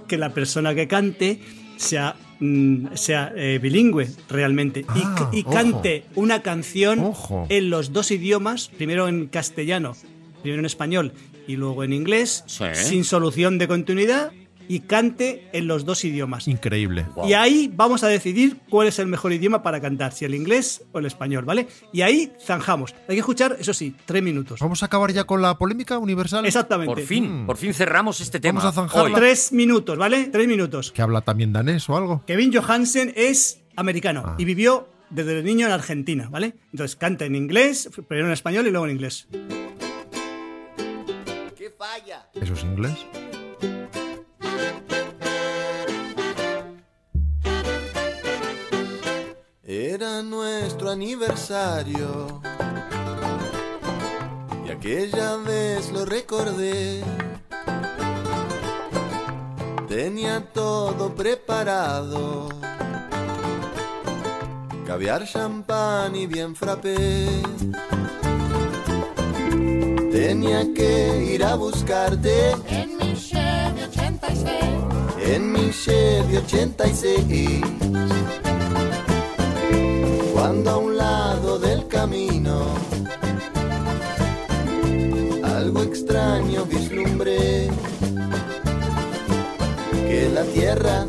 S4: que la persona que cante sea, mm, sea eh, bilingüe realmente y
S6: Ah,
S4: c- y,
S6: ojo.
S4: cante una canción
S6: Ojo.
S4: en los dos idiomas, primero en castellano, primero en español y luego en inglés,
S6: Sí.
S4: sin solución de continuidad y cante en los dos idiomas.
S6: Increíble.
S4: Y ahí vamos a decidir cuál es el mejor idioma para cantar, si el inglés o el español, ¿vale? Y ahí zanjamos. Hay que escuchar, eso sí, tres minutos.
S6: Vamos a acabar ya con la polémica universal.
S4: Exactamente.
S5: Por
S4: Mm.
S5: fin, por fin cerramos este tema.
S6: Vamos a zanjarla.
S5: Hoy.
S4: Tres minutos, ¿vale? Tres minutos.
S6: Que habla también danés o algo.
S4: Kevin Johansen es americano
S6: Ah.
S4: y vivió desde niño en Argentina, ¿vale? Entonces canta en inglés, primero en español y luego en inglés.
S6: ¿Eso es inglés?
S3: Era nuestro aniversario y aquella vez lo recordé. Tenía todo preparado, caviar, champán y bien frappé. Tenía que ir a buscarte
S19: En mi Chevy 86
S3: en mi Chevy 86. Cuando a un lado del camino algo extraño vislumbré que la tierra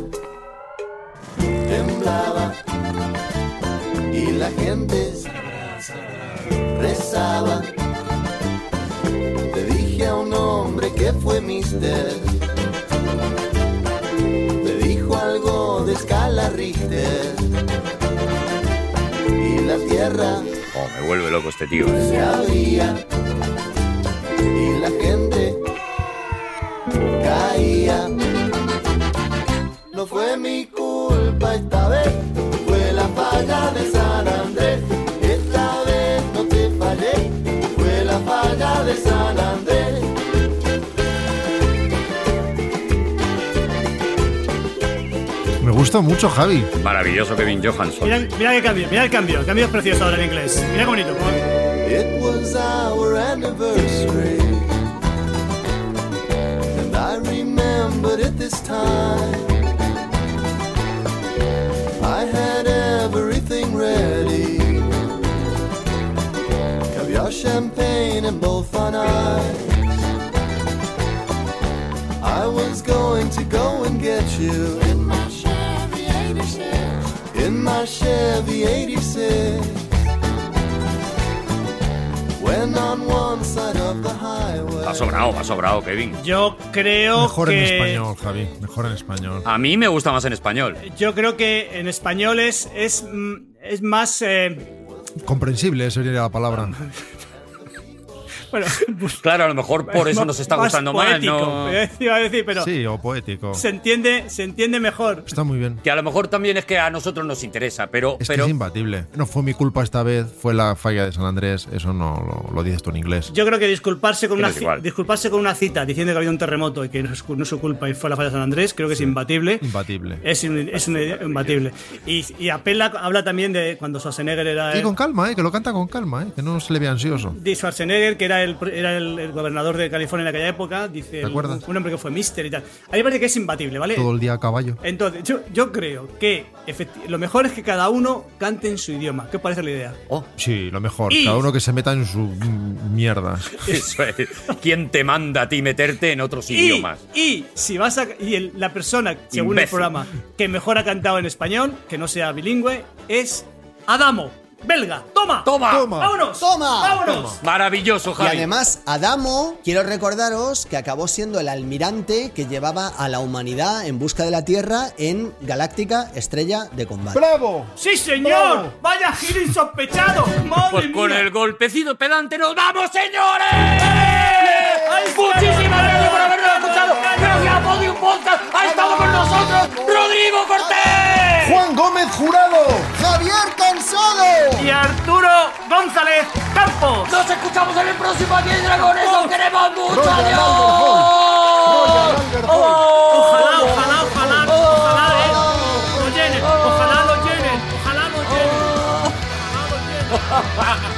S3: temblaba
S19: la gente rezaba. Le dije a un hombre que fue mister. Le dijo algo de escala Richter. Y la tierra
S5: Oh, me vuelve loco este tío.
S19: se abría. Y la gente caía. No fue mi culpa esta vez. Fue la falla de San Andrés. Esta vez no te fallé. Fue la falla de San Andrés.
S6: Me gusta mucho, Javi.
S5: Maravilloso Kevin Johansson.
S4: Mira, mira qué cambio, mira el cambio. El cambio es precioso ahora en inglés. Mira qué bonito.
S19: It was our anniversary. And I remembered it this time. I had everything ready. Caviar, champagne, and Bofana. I was going to go and get you. In my Chevy 86. In my Chevy 86. When on one side of the highway.
S5: Ha sobrado, ha sobrado, Kevin.
S4: Yo creo
S6: Mejor
S4: que.
S6: en español, Javi. Mejor en español.
S5: A mí me gusta más en español.
S4: Yo creo que en español es, es, mm, es más. eh,
S6: Comprensible sería la palabra.
S4: bueno,
S5: Pues Claro, a lo mejor (laughs) por eso nos está
S4: más
S5: gustando
S4: poético,
S5: más. ¿no?
S4: eh, (laughs) iba a decir, pero
S6: Sí, o poético.
S4: se, entiende, se entiende mejor.
S6: Está muy bien.
S5: Que a lo mejor también es que a nosotros nos interesa, pero,
S6: Es que
S5: pero
S6: es imbatible. No fue mi culpa esta vez, fue la falla de San Andrés. Eso no lo, lo dices tú en inglés.
S4: Yo creo que disculparse con,
S5: Pero
S4: una,
S5: es
S4: ci-
S5: igual.
S4: disculparse con una cita diciendo que ha habido un terremoto y que no es, cu- no es su culpa y fue la falla de San Andrés, creo que es imbatible.
S6: Imbatible.
S4: Es, un- es un- imbatible. Y, y apela, habla también de cuando Schwarzenegger era.
S6: Y
S4: el-
S6: con calma, eh, que lo canta con calma, eh, que no se le ve ansioso.
S4: de Schwarzenegger, que era el, era el, el gobernador de California en aquella época, dice
S6: ¿Te
S4: el-
S6: acuerdas?
S4: un hombre que fue mister y tal. A mí me parece que es imbatible, ¿vale?
S6: Todo el día a caballo.
S4: Entonces, yo, yo creo que efecti- lo mejor es que cada uno cante en su idioma. ¿Qué os parece la idea?
S6: Sí, lo mejor.
S4: Y-
S6: Cada uno que se meta en su mm, mierda.
S5: (laughs) eso es. ¿quién te manda a ti meterte en otros
S4: Y,
S5: idiomas?
S4: y si vas a. Y el- la persona, según el
S5: Imbécil.
S4: programa, que mejor ha cantado en español, que no sea bilingüe, es Adamo, belga. ¡Toma!
S5: ¡Toma!
S6: Toma.
S4: ¡Vámonos!
S3: Toma.
S4: ¡Vámonos!
S5: Maravilloso,
S3: Y
S5: Javi.
S3: además, Adamo, quiero recordaros que acabó siendo el almirante que llevaba a la humanidad en busca de la Tierra en Galáctica Estrella de Combate.
S6: ¡Bravo!
S4: ¡Sí, señor! ¡Vaya giro insospechado! ¡Madre
S5: (laughs) pues con
S4: mía!
S5: el golpecito pedante nos vamos, señores. Muchísimas gracias por habernos escuchado. Gracias a Podium Podcast. Ha estado con nosotros Rodrigo Cortés.
S6: ¡Juan Gómez Jurado!
S3: ¡Javier Cansado!
S4: y Arturo González Campos.
S5: Nos escuchamos en el próximo Aquí hay Dragones. ¡Os queremos mucho!
S6: Royal
S5: ¡Adiós!
S6: Albert Hall. Royal Albert Hall.
S4: Ojalá, ojalá, ojalá, ojalá, eh, lo llenen, ojalá lo llenen, ojalá lo llenen. Ojalá lo llenen.